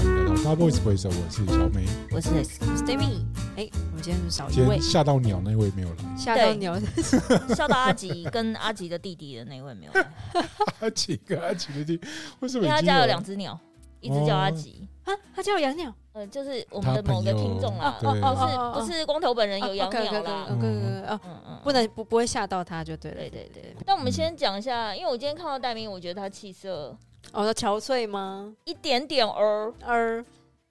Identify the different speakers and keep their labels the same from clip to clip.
Speaker 1: Voice Voice，我是小美。
Speaker 2: 我 是 Steamy。哎，我们今天是少一
Speaker 1: 今
Speaker 2: 位
Speaker 1: 天，吓到鸟那位没有来，
Speaker 2: 吓到鸟，
Speaker 3: 笑到阿吉跟阿吉的弟弟的那 位没有来，
Speaker 1: 阿奇跟阿奇的弟，为什
Speaker 3: 因
Speaker 1: 么
Speaker 3: 为
Speaker 1: 已
Speaker 3: 他
Speaker 1: 经
Speaker 3: 家有两只鸟，一只叫阿吉，
Speaker 4: 啊，他叫养鸟，
Speaker 1: 哦
Speaker 3: 呃，就是我们的某个听众啊哦啦，
Speaker 1: 对
Speaker 3: 不是不是光头本人有养鸟啦，
Speaker 4: 哦，哦，
Speaker 3: 嗯嗯，
Speaker 4: 不。能不不会吓到他就对了。
Speaker 3: 对对对，那我们先讲一下，因为我今天看到戴明，我觉得他气色
Speaker 4: 哦，憔悴吗？
Speaker 3: 一点点儿。
Speaker 4: 而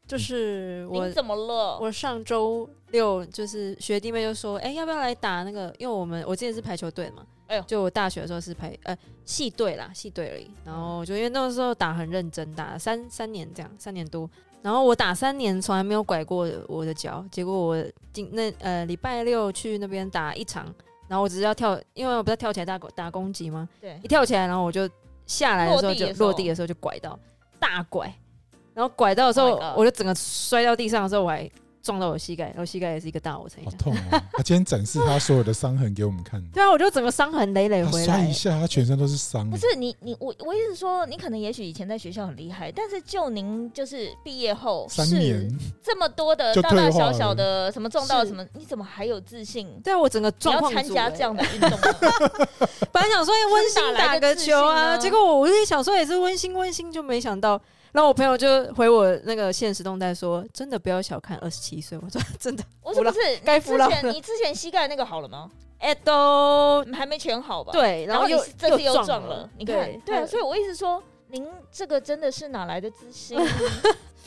Speaker 4: 就是我
Speaker 3: 你怎么了？
Speaker 4: 我上周六就是学弟妹就说，哎、要不要来打那个？因为我们我之前是排球队嘛，
Speaker 3: 哎呦
Speaker 4: 就我大学的时候是排呃系队啦，系队而已。然后就因为那时候打很认真，打三三年这样，三年多。然后我打三年从来没有拐过我的脚，结果我今那呃礼拜六去那边打一场，然后我只是要跳，因为我不是跳起来打打攻击吗？
Speaker 3: 对
Speaker 4: 一，跳起来，然后我就下来的时候
Speaker 3: 落地
Speaker 4: 就
Speaker 3: 的时候
Speaker 4: 落地的时候就拐到大拐，然后拐到的时候
Speaker 3: Oh my god
Speaker 4: 我就整个摔到地上的时候，我还撞到我膝盖，然后膝盖也是一个大我撑一
Speaker 1: 好
Speaker 4: 下。
Speaker 1: 痛哦！他今天展示他所有的伤痕给我们看，
Speaker 4: 对啊，我就整个伤痕累累
Speaker 1: 他
Speaker 4: 回
Speaker 1: 摔
Speaker 4: 来
Speaker 1: 一。下，他全身都是伤。
Speaker 3: 不是你你我我意思说，你可能也许以前在学校很厉害，但是就您就是毕业后
Speaker 1: 三
Speaker 3: 是
Speaker 1: 年，
Speaker 3: 这么多的
Speaker 1: 就
Speaker 3: 大
Speaker 1: 退
Speaker 3: 大
Speaker 1: 化
Speaker 3: 小
Speaker 1: 了
Speaker 3: 小的什么撞到
Speaker 4: 是
Speaker 3: 什么，你怎么还有自信？
Speaker 4: 对啊，我整个
Speaker 3: 你
Speaker 4: 状
Speaker 3: 要
Speaker 4: 况
Speaker 3: 参
Speaker 4: 组
Speaker 3: 加
Speaker 4: 欸
Speaker 3: 这样的运动吗？
Speaker 4: 本来想说哎温馨
Speaker 3: 哪来
Speaker 4: 打
Speaker 3: 的
Speaker 4: 个
Speaker 3: 自
Speaker 4: 球啊，
Speaker 3: 信呢
Speaker 4: 结果我我也想说也是温馨温馨，就没想到。然后我朋友就回我那个现实动态说：“真的不要小看二十七岁。” 我说：“真的，
Speaker 3: 我是不是你
Speaker 4: 该服
Speaker 3: 之
Speaker 4: 老
Speaker 3: 前
Speaker 4: 了
Speaker 3: 你之前膝盖那个好了吗？嗯
Speaker 4: 哎、都
Speaker 3: 还没全好吧？。
Speaker 4: 对。”
Speaker 3: 然
Speaker 4: 后
Speaker 3: 后
Speaker 4: 又
Speaker 3: 你这次又
Speaker 4: 撞
Speaker 3: 撞了，你看，对啊，所
Speaker 4: 以
Speaker 3: 以我一直说，您这个真的是哪来的自信？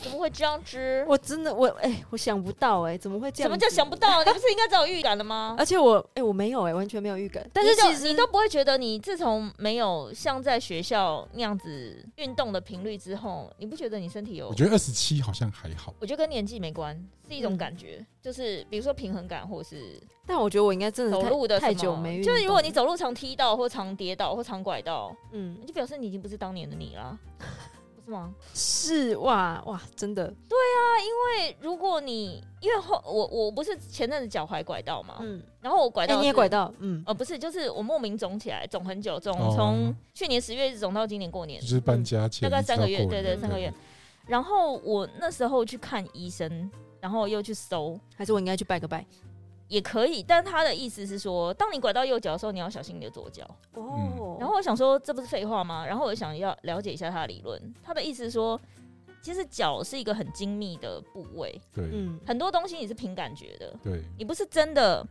Speaker 3: 怎么会这样子？
Speaker 4: 我真的我哎、我想不到哎、怎么会这
Speaker 3: 什
Speaker 4: 样？
Speaker 3: 么叫想不？到？你不是应该早有预感了吗？
Speaker 4: 而且我哎、我没有哎、完全没有预感。 但是
Speaker 3: 你就
Speaker 4: 其实
Speaker 3: 你都不会觉得，你自从没有像在学校那样子运动的频率之后，你不觉得你身体有
Speaker 1: 我？觉得二十七好像还好，
Speaker 3: 我觉得跟年纪没关，是一种
Speaker 4: 嗯
Speaker 3: 感觉，就是比如说平衡感，或是
Speaker 4: 但我觉得我应该真的
Speaker 3: 走
Speaker 4: 太
Speaker 3: 路的什
Speaker 4: 太
Speaker 3: 么
Speaker 4: 久没运动
Speaker 3: 就
Speaker 4: 了，
Speaker 3: 是如果你走路常踢到或常跌倒或常拐到，
Speaker 4: 嗯
Speaker 3: 就表示你已经不是当年的你了，不是吗？
Speaker 4: 是哇哇，真的
Speaker 3: 啊因为如果你因为后我我不是前阵子脚踝拐到嘛，
Speaker 4: 嗯，
Speaker 3: 然后我拐
Speaker 4: 哎、
Speaker 3: 到、
Speaker 4: 你也拐，到嗯，
Speaker 3: 呃，不是，就是我莫名肿起来，肿很久，肿
Speaker 1: 哦
Speaker 3: 从去年十月一直肿到今年过年
Speaker 1: 就，是搬家前
Speaker 3: 嗯大概三个月，
Speaker 1: 一直到过
Speaker 3: 对
Speaker 1: 年
Speaker 3: 对，三个月。。然后我那时候去看医生，然后又去搜。
Speaker 4: 还是我应该去拜个拜
Speaker 3: 也可以，但他的意思是说，当你拐到右脚的时候，你要小心你的左脚。
Speaker 1: 哦
Speaker 3: 然后我想说，这不是废话吗？然后我想要了解一下他的理论。他的意思是说，其实脚是一个很精密的部位，
Speaker 1: 对
Speaker 4: 嗯
Speaker 3: 很多东西你是凭感觉的，
Speaker 1: 对
Speaker 3: 你不是真的。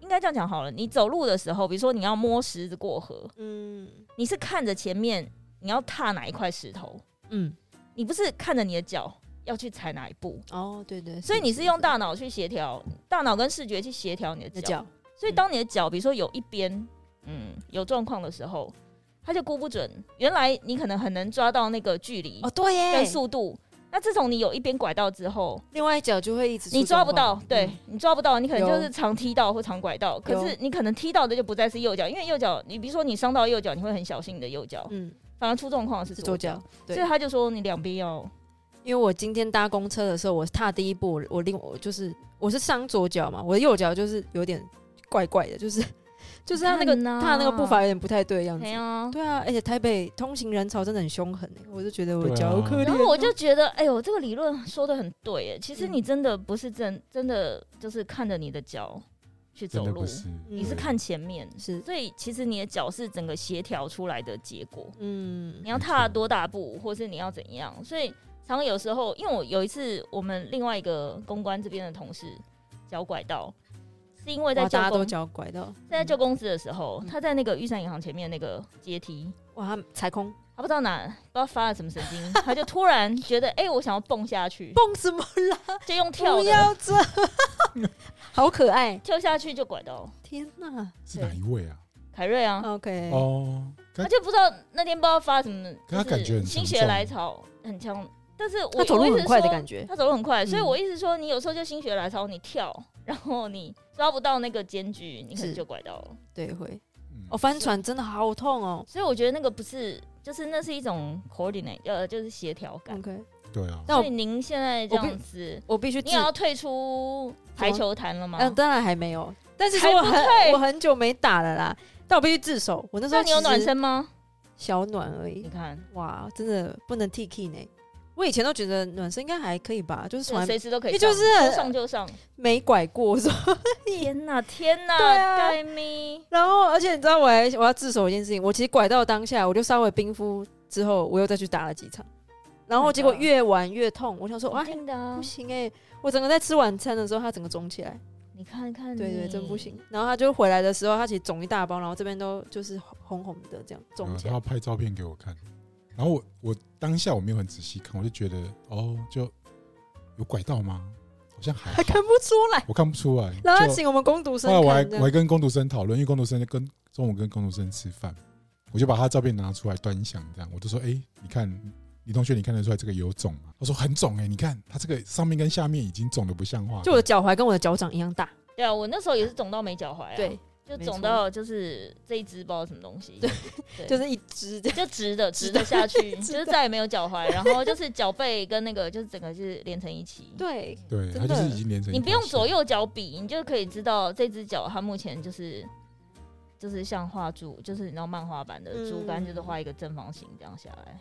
Speaker 3: 应该这样讲好了，你走路的时候，比如说你要摸石子过河，
Speaker 4: 嗯
Speaker 3: 你是看着前面你要踏哪一块石头，
Speaker 4: 嗯
Speaker 3: 你不是看着你的脚要去踩哪一步，
Speaker 4: 哦对对，
Speaker 3: 所以你是用大脑去协调，大脑跟视觉去协调你
Speaker 4: 的
Speaker 3: 的脚。
Speaker 4: 脚
Speaker 3: 所以当你的脚，比如说有一边嗯有状况的时候，他就估不准。原来你可能很能抓到那个距离
Speaker 4: 哦对耶
Speaker 3: 跟，速度，那自从你有一边拐到之后，
Speaker 4: 另外一脚就会一直
Speaker 3: 你
Speaker 4: 出
Speaker 3: 抓
Speaker 4: 状
Speaker 3: 不
Speaker 4: 况
Speaker 3: 到，对
Speaker 4: 嗯
Speaker 3: 你抓不到，你可能
Speaker 4: 有
Speaker 3: 就是常踢到或常拐到。可
Speaker 4: 有
Speaker 3: 是你可能踢到的就不再是右脚，因为右脚，你比如说你伤到右脚，你会很小心你的右脚，
Speaker 4: 嗯
Speaker 3: 反而出状况的是
Speaker 4: 是左
Speaker 3: 左
Speaker 4: 脚
Speaker 3: 脚。。
Speaker 4: 对
Speaker 3: 所以他就说你两边要
Speaker 4: 因为我今天搭公车的时候，我踏第一步，我另我就是我是伤左脚嘛，我的右脚就是有点怪怪的，就是就是他那个
Speaker 3: 你看啊
Speaker 4: 踏那个步伐有点不太对的样子
Speaker 3: 怎。样？
Speaker 4: 对啊，而且台北通行人潮真的很凶狠、欸，我就觉得我
Speaker 1: 对啊
Speaker 4: 脚好可怜。
Speaker 3: 然后我就觉得，哎呦，这个理论说的很对耶。
Speaker 4: 嗯
Speaker 3: 其实你真的不是真真的就是看着你的脚去
Speaker 1: 真
Speaker 3: 走
Speaker 1: 的
Speaker 3: 路
Speaker 1: 不，是，
Speaker 3: 你是
Speaker 1: 对
Speaker 3: 看前面，
Speaker 4: 是
Speaker 3: 所以其实你的脚是整个协调出来的结果。
Speaker 4: 嗯
Speaker 3: 你要踏多大步，或是你要怎样？所以常常有时候，因为我有一次我们另外一个公关这边的同事脚拐到，是因为在
Speaker 4: 哇，
Speaker 3: 旧
Speaker 4: 大家都
Speaker 3: 公
Speaker 4: 脚拐到，
Speaker 3: 在旧公司的时候，
Speaker 4: 嗯
Speaker 3: 他在那个玉山银行前面那个阶梯，
Speaker 4: 哇，他踩空
Speaker 3: 他不知道哪不知道发了什么神经，他就突然觉得哎、我想要蹦下去，
Speaker 4: 蹦什么啦？
Speaker 3: 就用跳
Speaker 4: 不
Speaker 3: 的
Speaker 4: 要这， 好可爱！
Speaker 3: 跳下去就拐到
Speaker 4: 天哪
Speaker 1: 是哪一位啊？
Speaker 3: 凯瑞啊，
Speaker 4: ，OK，、
Speaker 1: 哦，
Speaker 3: 他就不知道那天不知道发什么，
Speaker 1: 可他
Speaker 3: 就是
Speaker 1: 感觉很
Speaker 3: 心
Speaker 1: 强
Speaker 3: 血
Speaker 1: 壮
Speaker 3: 来潮很强，但是我
Speaker 4: 他走路很快的感
Speaker 3: 觉，
Speaker 4: 觉，
Speaker 3: 他走路很快，所以
Speaker 4: 嗯
Speaker 3: 我一直说你有时候就心血来潮，你跳，然后你抓不到那个间距，你可能
Speaker 4: 是
Speaker 3: 就拐到了。
Speaker 4: 对，会
Speaker 1: 嗯
Speaker 4: 哦，翻船真的好痛哦。
Speaker 3: 所以我觉得那个不是，就是那是一种 coordinate，呃，就是协调感。
Speaker 4: OK，
Speaker 1: 对啊，
Speaker 4: 那
Speaker 3: 所
Speaker 4: 我
Speaker 3: 以您现在这样子，
Speaker 4: 我必须
Speaker 3: 你
Speaker 4: 自
Speaker 3: 也要退出排球坛了吗？
Speaker 4: 嗯，当然还没有，但是
Speaker 3: 还
Speaker 4: 我
Speaker 3: 不
Speaker 4: 很
Speaker 3: 退
Speaker 4: 我很久没打了啦，但我必须自首。我那时候
Speaker 3: 那你有
Speaker 4: 其实
Speaker 3: 暖身吗？
Speaker 4: 小暖而
Speaker 3: 你
Speaker 4: 已，
Speaker 3: 看，
Speaker 4: 哇，真的不能 T K 呢。我以前都觉得暖身应该还可以吧，就是从
Speaker 3: 对
Speaker 4: 来
Speaker 3: 随时都可以
Speaker 4: 也
Speaker 3: 上，
Speaker 4: 就是
Speaker 3: 说
Speaker 4: 很
Speaker 3: 上就上。
Speaker 4: 没拐过，是吧
Speaker 3: 天哪，天哪，
Speaker 4: 对啊
Speaker 3: 该咪
Speaker 4: 然后，而且你知道我还我要自首一件事情，我其实拐到当下，我就稍微冰敷之后，我又再去打了几场，然后结果越玩越痛，我想说哇
Speaker 3: 一啊定的啊
Speaker 4: 不！行哎、我整个在吃晚餐的时候，它整个肿起来，
Speaker 3: 你看看，
Speaker 4: 对对，真不。行。然后它就回来的时候，它其实肿一大包，然后这边都就是红红的这样肿
Speaker 1: 嗯
Speaker 4: 起
Speaker 1: 然
Speaker 4: 来
Speaker 1: 后，拍照片给我看，然后我我当下我没有很仔细看，我就觉得哦，就有拐到吗？好像还好
Speaker 4: 还，看不出来。
Speaker 1: 我看不出来。
Speaker 4: 然后它
Speaker 1: 就
Speaker 4: 请我们工读生
Speaker 1: 后来我还
Speaker 4: 看，这
Speaker 1: 我还
Speaker 4: 样
Speaker 1: 跟工读生讨论，因为工读生跟中午跟工读生吃饭，我就把他照片拿出来端详，这样我就说：“哎、你看李同学，你看得出来这个有肿吗？”他说：“很肿哎、你看他这个上面跟下面已经肿的不像话。”
Speaker 4: 就我的脚踝跟我的脚掌一样大，
Speaker 3: 对啊，我那时候也是肿到没脚踝啊，
Speaker 4: 对，，
Speaker 3: 就
Speaker 4: 没
Speaker 3: 肿
Speaker 4: 错
Speaker 3: 到就是这一只不知道什么东西，对，
Speaker 4: 就是一只这样。
Speaker 3: 就直 的直的下去，就是再也没有脚踝，然后就是脚背跟那个就是整个就是连成一起。
Speaker 4: 对，
Speaker 1: 对，
Speaker 4: 真
Speaker 1: 他就
Speaker 4: 的
Speaker 1: 是已经连成一
Speaker 3: 你不
Speaker 1: 条
Speaker 3: 用左
Speaker 1: 线
Speaker 3: 右脚比，你就可以知道这只脚它目前就是就是像画竹，就是你知道漫画版的
Speaker 4: 嗯
Speaker 3: 竹竿，就是画一个正方形这样下来。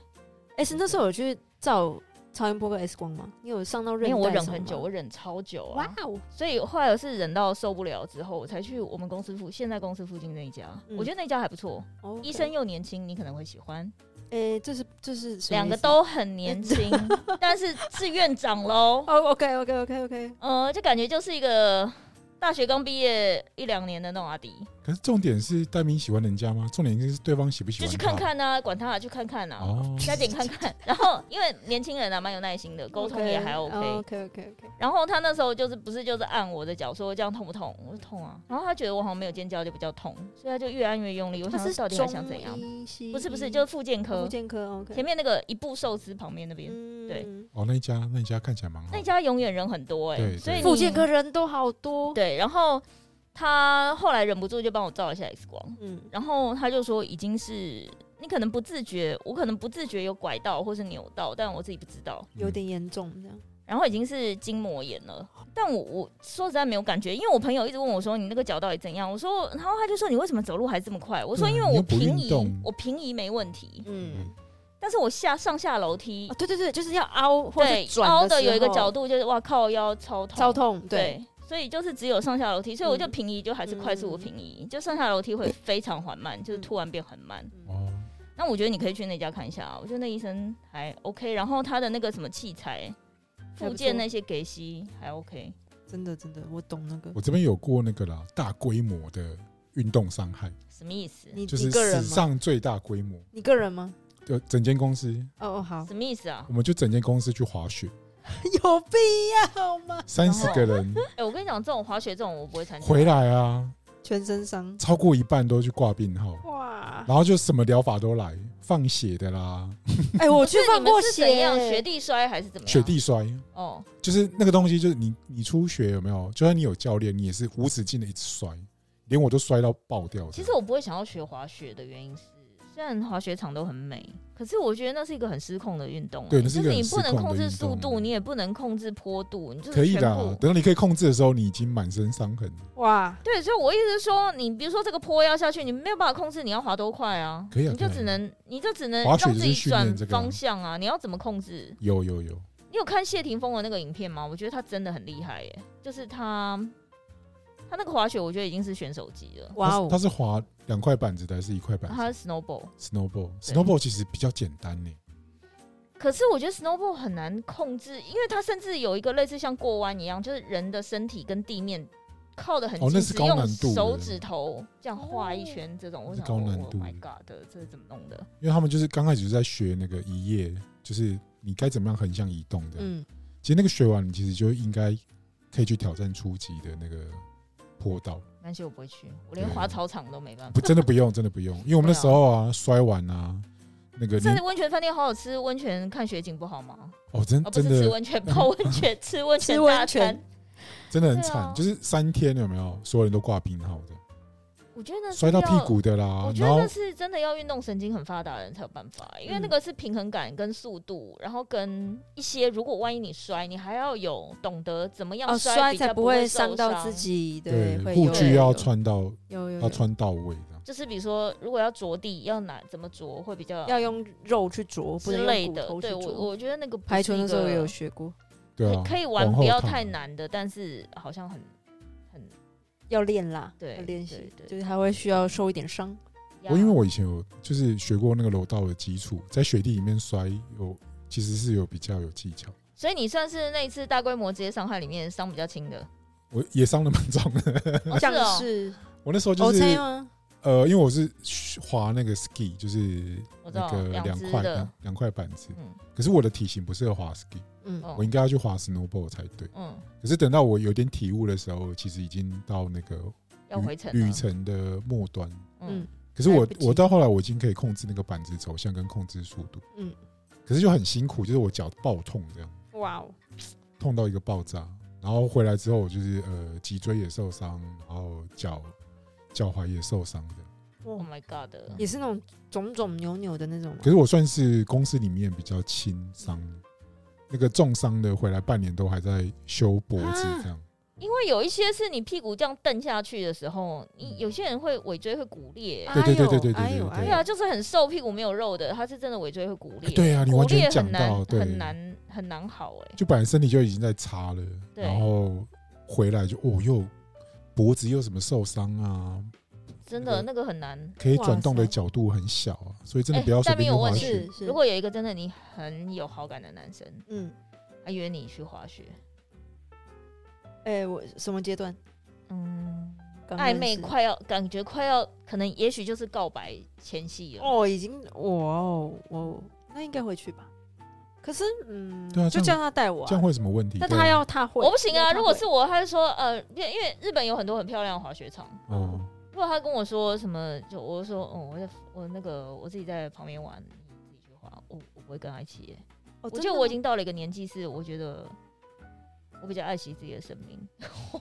Speaker 4: 哎，是那时候有去照超音波跟 X 光吗？你有上到韧
Speaker 3: 因为我
Speaker 4: 带
Speaker 3: 忍
Speaker 4: 什么
Speaker 3: 很久，
Speaker 4: 吗
Speaker 3: 我忍超久
Speaker 4: 哇
Speaker 3: 啊，
Speaker 4: 哦！
Speaker 3: 所以后来我是忍到受不了之后，我才去我们公司附现在公司附近那一家，
Speaker 4: 嗯
Speaker 3: 我觉得那家还不错，
Speaker 4: 哦
Speaker 3: 医生又年轻，你可能会喜欢。
Speaker 4: 诶、这是这是什么
Speaker 3: 两个
Speaker 4: 意思
Speaker 3: 都很年轻， 但是是院长喽。
Speaker 4: 哦，OK，OK，OK，OK、o k OK OK OK，
Speaker 3: 呃，就感觉就是一个大学刚毕业一两年的那种阿迪，
Speaker 1: 可是重点是戴明喜欢人家吗？重点就是对方喜不喜
Speaker 3: 就
Speaker 1: 欢
Speaker 3: 去
Speaker 1: 他。
Speaker 3: 看看啊，管他、啊，去看看啊，
Speaker 1: 哦，
Speaker 3: 加减看看。然后因为年轻人啊，蛮有耐心的，沟通也还 OK。
Speaker 4: OK OK OK，
Speaker 3: 然后他那时候就是不是就是按我的脚说这样痛不痛？我说痛啊。然后他觉得我好像没有尖叫就比较痛，所以他就越按越用力。我想
Speaker 4: 哦他
Speaker 3: 说
Speaker 4: 是
Speaker 3: 到底还想怎样？
Speaker 4: 中医？西
Speaker 3: 不是不是，
Speaker 4: 医
Speaker 3: 就是复健
Speaker 4: 哦
Speaker 3: 科
Speaker 4: 复健科 OK。
Speaker 3: 前面那个一步寿司旁边那边，
Speaker 4: 嗯
Speaker 3: 对，
Speaker 1: 哦，那一家那一家看起来蛮好。
Speaker 3: 那家永远人很多哎、
Speaker 1: 对对
Speaker 3: 所以你
Speaker 4: 复健科人都好多，
Speaker 3: 对，然后他后来忍不住就帮我照了一下 X 光，
Speaker 4: 嗯，
Speaker 3: 然后他就说已经是你可能不自觉，我可能不自觉有拐到或是扭到，但我自己不知道，
Speaker 4: 有点严重这样。
Speaker 3: 然后已经是筋膜炎了，但我我说实在没有感觉，因为我朋友一直问我说你那个脚到底怎样，我说，然后他就说你为什么走路还这么快，我说
Speaker 1: 对啊
Speaker 3: 因为
Speaker 1: 你
Speaker 3: 我
Speaker 1: 又不
Speaker 3: 平
Speaker 1: 运
Speaker 3: 移
Speaker 1: 动，
Speaker 3: 我平移没问题，
Speaker 4: 嗯，
Speaker 3: 但是我下上下楼梯
Speaker 4: 哦，。对对对，就是要凹或
Speaker 3: 对
Speaker 4: 者，转
Speaker 3: 凹
Speaker 4: 的
Speaker 3: 的
Speaker 4: 时候
Speaker 3: 有一个角度就是哇靠腰超痛，
Speaker 4: 超痛，对，
Speaker 3: 对，所以就是只有上下楼梯，所以我就
Speaker 4: 嗯
Speaker 3: 平移就还是快速的平移，就上下楼梯会非常缓慢，就是突然变很慢。
Speaker 1: 哦，
Speaker 3: 那我觉得你可以去那家看一下啊，我觉得那医生还 OK，然后他的那个什么器材、
Speaker 4: 还不错
Speaker 3: 附件那些给息还 OK。
Speaker 4: 真的真的，我懂那个
Speaker 1: 我。这边有过那个啦，大规模的运动伤害，
Speaker 3: 什么意思？
Speaker 4: 你
Speaker 1: 就是
Speaker 4: 你个
Speaker 1: 史
Speaker 4: 人吗？
Speaker 1: 上最大规模，
Speaker 4: 你个人吗？
Speaker 1: 就整间公司，
Speaker 4: 哦哦好，
Speaker 3: 什么意思啊
Speaker 1: 我？们就整间公司去滑雪，
Speaker 4: 哦有必要吗？
Speaker 1: 三十个人
Speaker 3: 哎、我跟你讲，这种滑雪这种我不会参加。
Speaker 1: 回来啊，
Speaker 4: 全身伤，
Speaker 1: 超过一半都去挂病号，
Speaker 4: 哇！
Speaker 1: 然后就什么疗法都来，放血的啦，
Speaker 4: 哎，我
Speaker 3: 不是
Speaker 4: 去放
Speaker 3: 你们
Speaker 4: 过
Speaker 3: 是
Speaker 4: 血
Speaker 3: 怎样？
Speaker 4: 欸
Speaker 3: 雪地摔还是怎么样？
Speaker 1: 雪地摔，
Speaker 3: 哦，
Speaker 1: 就是那个东西，就是你你初学有没有？就算你有教练，你也是无止境的一直摔，连我都摔到爆掉。
Speaker 3: 其实我不会想要学滑雪的原因是，虽然滑雪场都很美，可是我觉得那是一个很失控的运动、啊
Speaker 1: 对
Speaker 3: 就
Speaker 1: 那是一
Speaker 3: 是
Speaker 1: 个
Speaker 3: 你
Speaker 1: 很失
Speaker 3: 不能
Speaker 1: 控的
Speaker 3: 控制
Speaker 1: 运
Speaker 3: 速
Speaker 1: 动啊
Speaker 3: 度，你也不能控制坡度，你就是
Speaker 1: 可以的
Speaker 3: 全
Speaker 1: 啊，
Speaker 3: 部
Speaker 1: 等到你可以控制的时候，你已经满身伤痕。
Speaker 4: 哇！
Speaker 3: 对，所以我意思是说，你比如说这个坡要下去，你没有办法控制你要滑多快啊，
Speaker 1: 可以啊
Speaker 3: 你就
Speaker 1: 可以啊
Speaker 3: 只能，你就只能
Speaker 1: 滑
Speaker 3: 让
Speaker 1: 雪
Speaker 3: 自
Speaker 1: 就是
Speaker 3: 己
Speaker 1: 训练
Speaker 3: 转
Speaker 1: 这个啊
Speaker 3: 方向啊，你要怎么控制？
Speaker 1: 有有有，
Speaker 3: 你有看谢霆锋的那个影片吗？我觉得他真的很厉害耶，就是他他那个滑雪，我觉得已经是选手级了。
Speaker 4: 哇哦
Speaker 1: 它！是它是滑两块板子的，还是一块板
Speaker 3: 他是 snowball，
Speaker 1: 子？Snowball，Snowball 其实比较简单呢。
Speaker 3: 可是我觉得 snowball 很难控制，因为它甚至有一个类似像过弯一样，就是人的身体跟地面靠得很
Speaker 1: 哦
Speaker 3: 近，
Speaker 1: 那是
Speaker 3: 只
Speaker 1: 高
Speaker 3: 用
Speaker 1: 难度的
Speaker 3: 手指头这样画一圈，这种、我
Speaker 1: 那是
Speaker 3: 想
Speaker 1: 高
Speaker 3: 说
Speaker 1: 难
Speaker 3: Oh
Speaker 1: 度
Speaker 3: my
Speaker 1: 的
Speaker 3: god，这是怎么弄的？
Speaker 1: 因为他们就是刚开始就在学那个一页，就是你该怎么样横向移动的。
Speaker 4: 嗯，
Speaker 1: 其实那个学完，你其实就应该可以去挑战初级的那个坡道，
Speaker 3: 但是我不会去，我连
Speaker 1: 对啊
Speaker 3: 滑草场都没办法。
Speaker 1: 不真的不用，真的不用，因为我们那时候啊摔完啊，那个你
Speaker 3: 这温泉饭店好好吃，温泉看雪景不好吗？
Speaker 1: 哦真
Speaker 3: 哦，不
Speaker 1: 真
Speaker 3: 是吃
Speaker 1: 的
Speaker 3: 温泉，泡温泉，吃温泉
Speaker 4: 吃
Speaker 3: 大
Speaker 4: 温
Speaker 3: 餐
Speaker 4: 泉。
Speaker 1: 真的很
Speaker 3: 对啊
Speaker 1: 惨，就是三天有没有，所有人都挂病号的，
Speaker 3: 我觉得那是
Speaker 1: 摔到屁
Speaker 3: 要
Speaker 1: 股的啦
Speaker 3: 我，觉
Speaker 1: 然
Speaker 3: 得
Speaker 1: 后嗯
Speaker 3: 那是真的要运动神经很发达的人才有办法，因为那个是平衡感跟速度，然后跟一些如果万一你摔，你还要有懂得怎么样
Speaker 4: 哦，
Speaker 3: 摔、
Speaker 4: 摔
Speaker 3: 比
Speaker 4: 才
Speaker 3: 较
Speaker 4: 不
Speaker 3: 会
Speaker 4: 会伤
Speaker 3: 受
Speaker 4: 到自。己，
Speaker 1: 对
Speaker 4: 会
Speaker 1: 护
Speaker 4: 有
Speaker 1: 具
Speaker 4: 有
Speaker 1: 要
Speaker 4: 有
Speaker 1: 穿到
Speaker 4: 有有
Speaker 1: 要
Speaker 4: 有
Speaker 1: 穿到位的，
Speaker 3: 就是比如说，如果要着地，要哪怎么着会比较
Speaker 4: 要用肉去啄，不
Speaker 3: 之
Speaker 4: 能
Speaker 3: 类
Speaker 4: 用骨
Speaker 3: 的。
Speaker 4: 头去
Speaker 3: 对我，
Speaker 4: 啄。
Speaker 3: 我觉得那个不
Speaker 4: 排
Speaker 3: 是
Speaker 4: 球
Speaker 3: 一
Speaker 4: 的时候
Speaker 3: 个
Speaker 4: 也有学过，
Speaker 1: 对啊，
Speaker 3: 可以玩
Speaker 1: 往
Speaker 3: 不
Speaker 1: 后
Speaker 3: 要
Speaker 1: 躺
Speaker 3: 太。难的，但是好像很很
Speaker 4: 要练啦，
Speaker 3: 对
Speaker 4: 要练
Speaker 3: 对
Speaker 4: 习，
Speaker 3: 对
Speaker 4: 就是还会需要受一点伤。
Speaker 1: 我因为我以前有就是学过那个柔道的基础，在雪地里面摔有其实是有比较有技巧，
Speaker 3: 所以你算是那一次大规模职业伤害里面伤比较轻的，
Speaker 1: 我也伤的蛮重的。
Speaker 3: 哦
Speaker 4: 像
Speaker 3: 哦，
Speaker 4: 是
Speaker 1: 我那时候就
Speaker 4: OK
Speaker 1: 是
Speaker 4: 吗？
Speaker 1: 呃，因为我是滑那个 ski，就是
Speaker 3: 我知
Speaker 1: 那
Speaker 3: 道
Speaker 1: 个
Speaker 3: 两
Speaker 1: 两
Speaker 3: 只
Speaker 1: 块
Speaker 3: 的
Speaker 1: 两两块板子，
Speaker 3: 嗯
Speaker 1: 可是我的体型不适合滑 ski，
Speaker 4: 嗯，
Speaker 3: 哦
Speaker 1: 我应该要去滑 snowboard 才对。
Speaker 3: 嗯，
Speaker 1: 可是等到我有点体悟的时候，其实已经到那个
Speaker 3: 要
Speaker 1: 旅
Speaker 3: 回程
Speaker 1: 旅
Speaker 3: 了，
Speaker 1: 程的末端。
Speaker 3: 嗯，
Speaker 1: 可是我
Speaker 4: 来不及
Speaker 1: 我到后来我已经可以控制那个板子走向跟控制速度，
Speaker 4: 嗯，
Speaker 1: 可是就很辛苦，就是我脚爆痛这样，
Speaker 4: 哇哦，
Speaker 1: 痛到一个爆炸。然后回来之后，我就是呃脊椎也受伤，然后脚脚踝也受伤的。
Speaker 3: ，Oh my God，
Speaker 1: 嗯
Speaker 4: 也是那种肿肿扭扭的那种吗
Speaker 1: 可是我算是公司里面比较轻伤的，那个重伤的回来半年都还在修脖子
Speaker 3: 啊
Speaker 1: 这样。
Speaker 3: 因为有一些是你屁股这样蹬下去的时候，你有些人会尾椎会骨裂。
Speaker 1: 对对对对对对
Speaker 4: 哎呦
Speaker 1: 对
Speaker 4: 哎
Speaker 1: 对
Speaker 3: 对
Speaker 4: 呦
Speaker 3: 啊，就是很瘦，屁股没有肉的，他是真的尾椎会骨裂。
Speaker 1: 哎对啊你
Speaker 3: 骨
Speaker 1: 完全
Speaker 3: 裂
Speaker 1: 讲
Speaker 3: 很
Speaker 1: 到
Speaker 3: 难，
Speaker 1: 对
Speaker 3: 很难很难好哎、
Speaker 1: 就本来身体就已经在差了，
Speaker 3: 对
Speaker 1: 然后回来就哦又脖子又什么受伤啊，
Speaker 3: 真
Speaker 1: 那个
Speaker 3: 的那个很难。
Speaker 1: 可以
Speaker 4: 哇
Speaker 1: 转动的
Speaker 4: 塞
Speaker 1: 角度很小啊，所以真的
Speaker 3: 哎
Speaker 1: 不要随
Speaker 3: 下面
Speaker 1: 便去
Speaker 3: 有
Speaker 1: 滑
Speaker 3: 问
Speaker 1: 雪。
Speaker 4: 是
Speaker 3: 题，
Speaker 4: 是，
Speaker 3: 如果有一个真的你很有好感的男生，
Speaker 4: 嗯，
Speaker 3: 他约你去滑雪，
Speaker 4: 哎，我什么阶段？
Speaker 3: 嗯，
Speaker 4: 刚
Speaker 3: 暧
Speaker 4: 认
Speaker 3: 昧
Speaker 4: 识
Speaker 3: 快要感觉快要，可能也许就是告白前戏了。
Speaker 4: 哦，已经哇哦哇哦，那应该回去吧？可是嗯，
Speaker 1: 对啊
Speaker 4: 就
Speaker 1: 这样
Speaker 4: 叫他带我、
Speaker 1: 这样
Speaker 4: 啊，
Speaker 1: 会有什么问题？
Speaker 4: 但
Speaker 1: 对
Speaker 4: 他
Speaker 1: 啊
Speaker 4: 要他会，哦
Speaker 3: 我不行
Speaker 4: 要
Speaker 3: 啊！
Speaker 4: 他
Speaker 3: 如果
Speaker 4: 会
Speaker 3: 是我，他就说呃，因为因为日本有很多很漂亮的滑雪场。
Speaker 1: 哦，
Speaker 3: 如果他跟我说什么，就我就说，哦，我在我那个我自己在旁边玩，你自己去滑，我我不会跟他一起耶。
Speaker 4: 哦，
Speaker 3: 我
Speaker 4: 真
Speaker 3: 觉得
Speaker 4: 的
Speaker 3: 我已
Speaker 4: 吗
Speaker 3: 经到了一个年纪，是我觉得我比较爱惜自己的生命，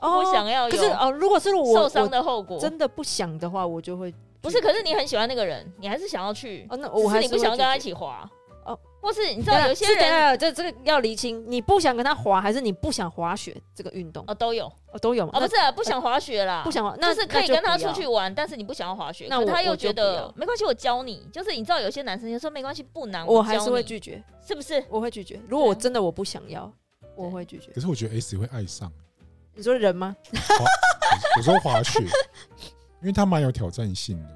Speaker 4: 哦
Speaker 3: 我想要
Speaker 4: 可
Speaker 3: 有
Speaker 4: 是哦、如果是我
Speaker 3: 受伤的后果
Speaker 4: 我。真的不想的话，我就会
Speaker 3: 不是，可是你很喜欢那个人，你还是想要去，
Speaker 4: 哦，那
Speaker 3: 只
Speaker 4: 我
Speaker 3: 是
Speaker 4: 还
Speaker 3: 你不
Speaker 4: 会
Speaker 3: 想要
Speaker 4: 拒
Speaker 3: 跟他一
Speaker 4: 绝。
Speaker 3: 起滑
Speaker 4: 哦
Speaker 3: 哦，或是你知
Speaker 4: 对
Speaker 3: 道
Speaker 4: 啊
Speaker 3: 有
Speaker 4: 是
Speaker 3: 些
Speaker 4: 等一
Speaker 3: 人
Speaker 4: 下这这个要厘清，你不想跟他滑，还是你不想滑雪这个运动？
Speaker 3: 哦都有
Speaker 4: 哦，都有嘛？
Speaker 3: 哦，不
Speaker 4: 那
Speaker 3: 是啊不想滑雪啦，
Speaker 4: 不想滑，那
Speaker 3: 就是可以
Speaker 4: 那就
Speaker 3: 跟他
Speaker 4: 不要
Speaker 3: 出去玩，但是你不想要滑雪，
Speaker 4: 那
Speaker 3: 可
Speaker 4: 我
Speaker 3: 他又
Speaker 4: 我就
Speaker 3: 觉
Speaker 4: 不要
Speaker 3: 得没关系，我教你。就是你知道有些男生就说没关系，不难，
Speaker 4: 我
Speaker 3: 教
Speaker 4: 还是会
Speaker 3: 你
Speaker 4: 拒绝，
Speaker 3: 是不是？
Speaker 4: 我会拒绝。如果我
Speaker 3: 对啊
Speaker 4: 真的我不想要，我
Speaker 3: 对
Speaker 4: 会拒绝
Speaker 1: 可。是我觉得 S 会爱上，
Speaker 4: 你说人吗？
Speaker 1: 有时候滑雪，因为它蛮有挑战性的，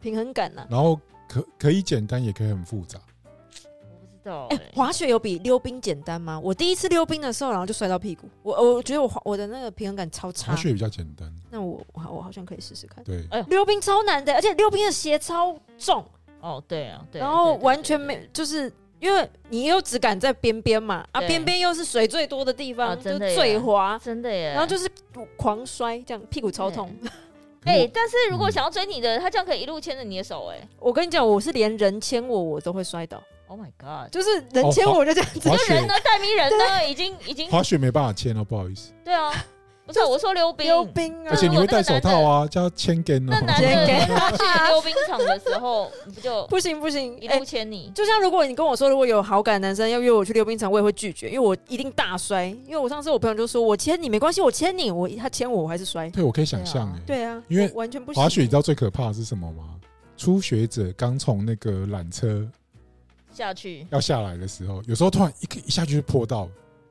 Speaker 4: 平衡感啊呐、
Speaker 1: 然后可可以简单，也可以很复杂。
Speaker 3: 我不知道
Speaker 4: 哎、
Speaker 3: 欸
Speaker 4: 滑雪有比溜冰简单吗？我第一次溜冰的时候，然后就摔到屁股。我我觉得我滑我的那个平衡感超差。
Speaker 1: 滑雪比较简单，
Speaker 4: 那我我好我好像可以试试看。
Speaker 1: 对，
Speaker 3: 哎
Speaker 4: 溜冰超难的，而且溜冰的鞋超重，
Speaker 3: 哦，对啊，对，
Speaker 4: 然后
Speaker 3: 对对
Speaker 4: 完
Speaker 3: 对
Speaker 4: 全
Speaker 3: 对
Speaker 4: 没，就是因为你又只敢在边边嘛，啊，
Speaker 3: 对
Speaker 4: 边边又是水最多的地
Speaker 3: 啊
Speaker 4: 方，就
Speaker 3: 真的耶
Speaker 4: 最滑，
Speaker 3: 真的耶。
Speaker 4: 然后就是狂摔，这样屁股超痛。
Speaker 1: 可
Speaker 3: 哎
Speaker 1: 是，
Speaker 3: 但是如果
Speaker 1: 嗯
Speaker 3: 想要追你的，他这样可以一路牵着你的手，哎
Speaker 4: 我跟你讲，我是连人牵我我都会摔倒，
Speaker 3: ，Oh my God，
Speaker 4: 就是人牵我就这样子。
Speaker 1: 我哦滑
Speaker 3: 人
Speaker 1: 雪
Speaker 3: 呢，戴迷人呢，已经已经
Speaker 1: 滑雪没办法牵哦，不好意思，
Speaker 3: 对啊，不是啊我说溜冰，
Speaker 4: 溜冰 啊
Speaker 1: 而且你会戴手套啊，叫他牵根哦
Speaker 3: 那。男
Speaker 4: 直接
Speaker 3: 的
Speaker 4: 给
Speaker 3: 他去溜冰场的时候，你不就
Speaker 4: 不行不行，
Speaker 3: 一
Speaker 4: 哎
Speaker 3: 路牵你？
Speaker 4: 就像如果你跟我说，如果有好感的男生要约我去溜冰场，我也会拒绝，因为我一定大摔。因为我上次我朋友就说我牵你没关系，我牵你，我他牵我我还是摔。
Speaker 1: 对，我可以想象哎，
Speaker 4: 对啊，
Speaker 1: 因为
Speaker 4: 我完全不行
Speaker 1: 滑雪你知道最可怕的是什么吗？初学者刚从那个缆车
Speaker 3: 下去，
Speaker 1: 要下来的时候，有时候突然一个一下去就破到，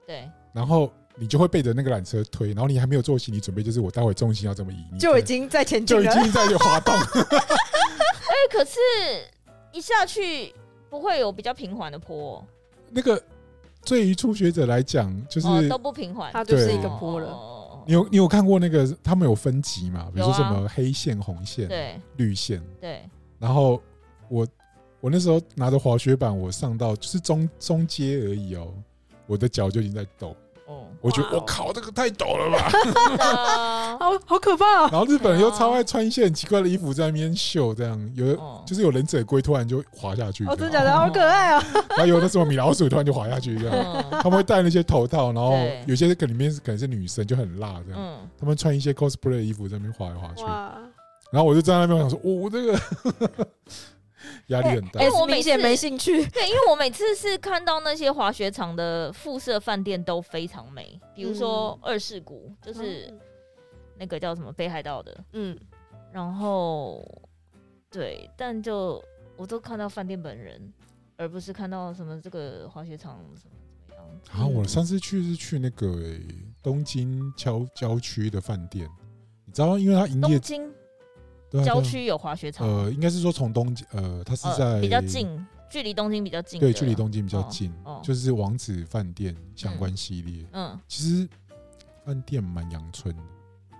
Speaker 3: 对，
Speaker 1: 然后你就会背着那个缆车推，然后你还没有做心理准备，就是我待会重心要这么移，你
Speaker 4: 就
Speaker 1: 可
Speaker 4: 已
Speaker 1: 能
Speaker 4: 经在前进
Speaker 1: 就已
Speaker 4: 了。
Speaker 1: 经在有滑动。
Speaker 3: 哎，可是一下去不会有比较平缓的坡哦，
Speaker 1: 那个对于初学者来讲，就是
Speaker 3: 哦，都不平缓，
Speaker 4: 它就是
Speaker 1: 对
Speaker 4: 一个坡了，
Speaker 3: 了
Speaker 1: 你有你有看过那个他们有分级嘛？比如说
Speaker 3: 有
Speaker 1: 什
Speaker 3: 啊
Speaker 1: 么黑线、红线、
Speaker 3: 对
Speaker 1: 绿线，
Speaker 3: 对，
Speaker 1: 然后我我那时候拿着滑雪板，我上到就是中中阶而已哦，我的脚就已经在抖，
Speaker 3: 哦，
Speaker 1: 我觉得
Speaker 4: 哇哦
Speaker 1: 我靠，这个太抖了吧！
Speaker 3: 真的 啊
Speaker 4: 好好可怕哦！
Speaker 1: 然后日本人又超爱穿一些很奇怪的衣服在那边秀，这样有的
Speaker 3: 哦
Speaker 1: 就是有忍者龟突然就滑下去，
Speaker 4: 哦，真
Speaker 1: 这
Speaker 4: 的假
Speaker 1: 样
Speaker 4: 的？好可爱哦！
Speaker 1: 然后有的什么米老鼠突然就滑下去这 样。
Speaker 3: 嗯
Speaker 1: 他们会戴那些头套，然后
Speaker 3: 对
Speaker 1: 有些可能里面是可能是女生就很辣这样，
Speaker 3: 嗯，
Speaker 1: 他们穿一些 cosplay 的衣服在那边滑来滑去，
Speaker 4: 哇，
Speaker 1: 然后我就站在那边我想说，哦我、这个 压力很大
Speaker 3: 哎
Speaker 4: 哎，
Speaker 3: 我每
Speaker 4: 明显
Speaker 3: 次
Speaker 4: 没兴趣。
Speaker 3: 对，因为我每次是看到那些滑雪场的附设饭店都非常美，哦比如说二世谷，就是那个叫什么北海道的，
Speaker 4: 嗯，
Speaker 3: 然后对，但就我都看到饭店本人，而不是看到什么这个滑雪场什么怎么样。
Speaker 1: 啊，我上次去是去那个、欸东京郊郊区的饭店，你知道，因为它营业
Speaker 3: 东京
Speaker 1: 对啊对啊
Speaker 3: 郊区有滑雪场，
Speaker 1: 呃，应该是说从东京，呃，它是在、
Speaker 3: 比较，近，距离东京比较近的
Speaker 1: 对，
Speaker 3: 啦，
Speaker 1: 距离东京比较近，
Speaker 3: 哦哦
Speaker 1: 就是王子饭店相关系列。
Speaker 3: 嗯。
Speaker 1: 其实饭店蛮阳春的，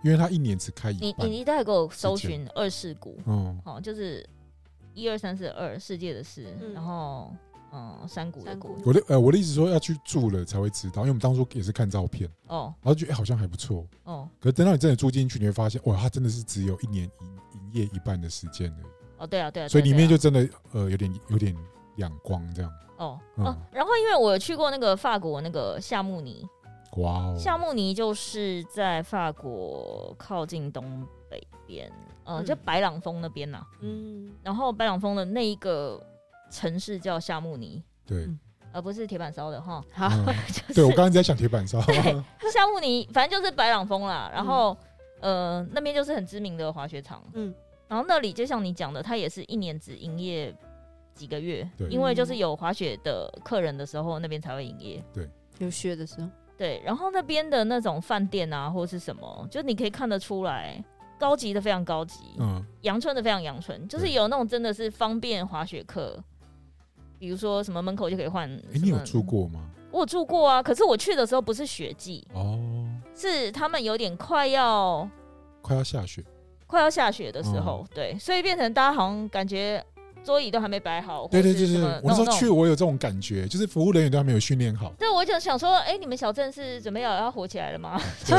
Speaker 1: 因为它一年只开一
Speaker 3: 你
Speaker 1: 半
Speaker 3: 你。一概给我搜寻二世谷，
Speaker 1: 嗯，
Speaker 3: 哦，就是一二三四二世界的事，
Speaker 4: 嗯
Speaker 3: 然后嗯山谷的
Speaker 4: 山
Speaker 3: 谷
Speaker 4: 谷
Speaker 1: 我的呃，我的意思说要去住了才会知道，因为我们当初也是看照片，
Speaker 3: 哦
Speaker 1: 然后觉得、欸好像还不错。
Speaker 3: 哦
Speaker 1: 可是等到你真的住进去，你会发现，哇，它真的是只有一年营营业一半的时间而已，
Speaker 3: 哦对啊对啊，
Speaker 1: 所以
Speaker 3: 对啊
Speaker 1: 里面就
Speaker 3: 对啊
Speaker 1: 真的呃有点有点两光这样。
Speaker 3: 哦
Speaker 1: 嗯
Speaker 3: 哦，然后因为我有去过那个法国那个夏慕尼，
Speaker 1: 哇哦，
Speaker 3: 夏慕尼就是在法国靠近东北边，呃，
Speaker 4: 嗯
Speaker 3: 就白朗峰那边呐、
Speaker 4: 嗯，
Speaker 3: 然后白朗峰的那一个城市叫夏慕尼，
Speaker 1: 对，
Speaker 3: 而、不是铁板烧的哈，
Speaker 4: 好，
Speaker 1: 嗯
Speaker 3: 嗯啊就是
Speaker 1: 对我刚刚在想铁板烧，啊
Speaker 3: 对夏慕尼，反正就是白朗峰啦。然后、呃，那边就是很知名的滑雪场，
Speaker 4: 嗯
Speaker 3: 然后那里就像你讲的，它也是一年只营业几个月
Speaker 1: 对，
Speaker 3: 因为就是有滑雪的客人的时候，那边才会营业。
Speaker 4: 有雪的时候，
Speaker 3: 对，然后那边的那种饭店啊，或是什么，就你可以看得出来，高级的非常高级，
Speaker 1: 嗯，
Speaker 3: 阳春的非常阳春，就是
Speaker 1: 对
Speaker 3: 有那种真的是方便滑雪客。比如说什么门口就可以换，
Speaker 1: 哎、
Speaker 3: 什么
Speaker 1: 嗯你有住？过吗？
Speaker 3: 我有住过啊，可是我去的时候不是雪季，
Speaker 1: 哦，
Speaker 3: 是他们有点快要
Speaker 1: 快要下雪，
Speaker 3: 快要下雪的时候，
Speaker 1: 嗯
Speaker 3: 对，所以变成大家好像感觉桌椅都还没摆好，
Speaker 1: 对对
Speaker 3: 或
Speaker 1: 对
Speaker 3: 是什
Speaker 1: 对，
Speaker 3: 么
Speaker 1: 我那时候去，
Speaker 3: 弄弄
Speaker 1: 我有这种感觉，就是服务人员都还没有训练 好，
Speaker 3: 对，我就想说，哎、你们小镇是准备要要火起来了吗？
Speaker 1: 对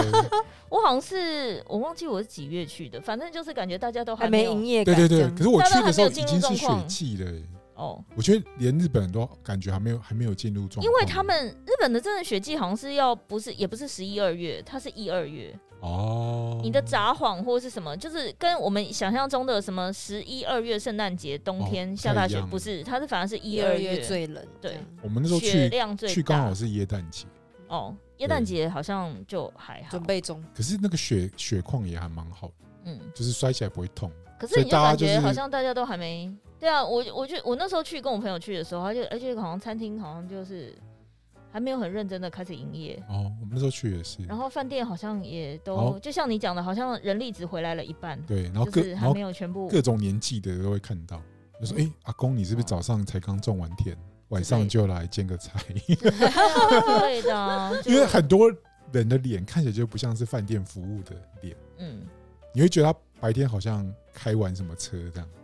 Speaker 3: 我好像是我忘记我是几月去的，反正就是感觉大家都
Speaker 4: 还
Speaker 3: 没
Speaker 4: 没
Speaker 3: 有
Speaker 4: 营业
Speaker 1: 对
Speaker 4: 感，
Speaker 1: 对
Speaker 4: 这
Speaker 1: 对。
Speaker 4: 样
Speaker 1: 可是我去的时候已
Speaker 3: 大家都还没有进
Speaker 1: 经是
Speaker 3: 入状
Speaker 1: 雪
Speaker 3: 况
Speaker 1: 季了、欸，
Speaker 3: 哦，
Speaker 1: 我觉得连日本人都感觉还没有还没有进入状况，
Speaker 3: 因为他们日本的真的雪季好像是要不是也不是十一二月，它是一二月，
Speaker 1: 哦，
Speaker 3: 你的札幌或是什么，就是跟我们想象中的什么十一二月圣诞节冬天
Speaker 1: 哦
Speaker 3: 下大
Speaker 1: 太一
Speaker 3: 雪
Speaker 1: 样了
Speaker 3: 不是，它是反而是一
Speaker 4: 一
Speaker 3: 二
Speaker 4: 二
Speaker 3: 月
Speaker 4: 月最冷，
Speaker 3: 对
Speaker 4: 这样，
Speaker 1: 我们那时候
Speaker 3: 雪
Speaker 1: 去
Speaker 3: 量最大，
Speaker 1: 去刚好是耶诞节，
Speaker 3: 哦，耶诞节好像就还好，
Speaker 4: 准备中，
Speaker 1: 可是那个雪雪况也还蛮好的，
Speaker 3: 嗯，
Speaker 1: 就是摔起来不会痛，
Speaker 3: 可
Speaker 1: 所
Speaker 3: 是
Speaker 1: 以
Speaker 3: 你就
Speaker 1: 大家
Speaker 3: 感
Speaker 1: 就
Speaker 3: 觉
Speaker 1: 是
Speaker 3: 好像大家都还没对啊，我我就我那时候去跟我朋友去的时候，他就而且好像餐厅好像就是还没有很认真的开始营业，
Speaker 1: 哦，我们那时候去也是，
Speaker 3: 然后饭店好像也都、
Speaker 1: 好
Speaker 3: 就像你讲的，好像人力只回来了一半，
Speaker 1: 对，然后各
Speaker 3: 就是
Speaker 1: 然
Speaker 3: 还
Speaker 1: 后
Speaker 3: 没有嗯哦全部
Speaker 1: 各种年纪的都会看到，就说：“哎、阿公，你是不是早上才刚种完田，晚上就来煎个菜
Speaker 3: 对的啊，？”就
Speaker 1: 因为很多人的脸看起来就不像是饭店服务的脸，
Speaker 3: 嗯。
Speaker 1: 你会觉得他白天好像开完什么车这样，
Speaker 3: 嗯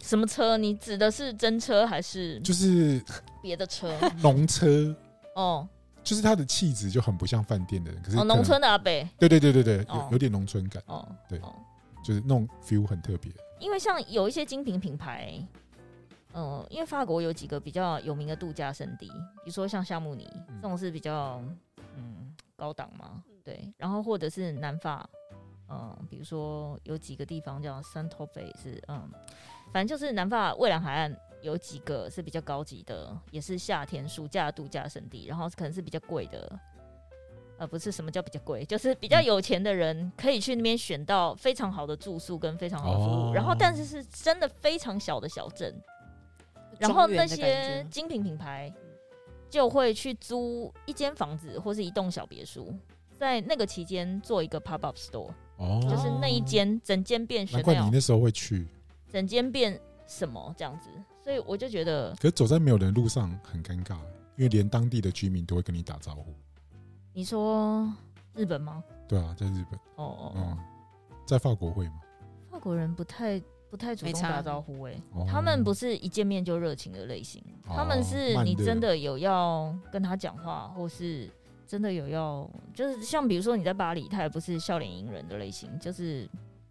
Speaker 3: 什么车？你指的是真车还是
Speaker 1: 就是
Speaker 3: 别的车？
Speaker 1: 农车，
Speaker 3: 哦
Speaker 1: 就是他的气质就很不像饭店的人，可是
Speaker 3: 哦，
Speaker 1: 可能
Speaker 3: 农，村的阿北
Speaker 1: 对对对对对，
Speaker 3: 哦
Speaker 1: 有有点农村感，
Speaker 3: 哦，
Speaker 1: 对
Speaker 3: 哦
Speaker 1: 就是那种 feel 很特别。
Speaker 3: 因为像有一些精品品牌，呃，因为法国有几个比较有名的度假胜地，比如说像夏慕尼
Speaker 1: 嗯
Speaker 3: 这种是比较嗯高档嘛，对，然后或者是南法，嗯、比如说有几个地方叫 s a n t o f e 是嗯，反正就是南法蔚蓝海岸。有几个是比较高级的，也是夏天暑假度假胜地，然后可能是比较贵的，呃，不是什么叫比较贵，就是比
Speaker 1: 嗯
Speaker 3: 较有钱的人可以去那边选到非常好的住宿跟非常好的服务，
Speaker 1: 哦
Speaker 3: 然后但是是真的非常小的小镇，然后
Speaker 4: 庄园
Speaker 3: 那些
Speaker 4: 的感觉
Speaker 3: 精品品牌就会去租一间房子或是一栋小别墅，在那个期间做一个 pop up store，、
Speaker 1: 哦，
Speaker 3: 就是那一，间整间变
Speaker 1: 难怪你
Speaker 3: Chanel，
Speaker 1: 那时候会去，
Speaker 3: 整间变什么这样子，所以我就觉得
Speaker 1: 可是走在没有人的路上很尴尬，因为连当地的居民都会跟你打招呼。
Speaker 3: 你说日本吗？
Speaker 1: 对啊，在日本，
Speaker 3: 哦哦哦，
Speaker 1: 嗯，在法国会吗？
Speaker 3: 法国人不太不太主
Speaker 4: 没
Speaker 3: 动
Speaker 4: 差
Speaker 3: 打招呼哎、
Speaker 1: 哦
Speaker 3: 他们不是一见面就热情的类型，
Speaker 1: 哦
Speaker 3: 他们是
Speaker 1: 慢热
Speaker 3: 你真的有要跟他讲话，或是真的有要，就是像比如说你在巴黎，他也不是笑脸迎人的类型，就是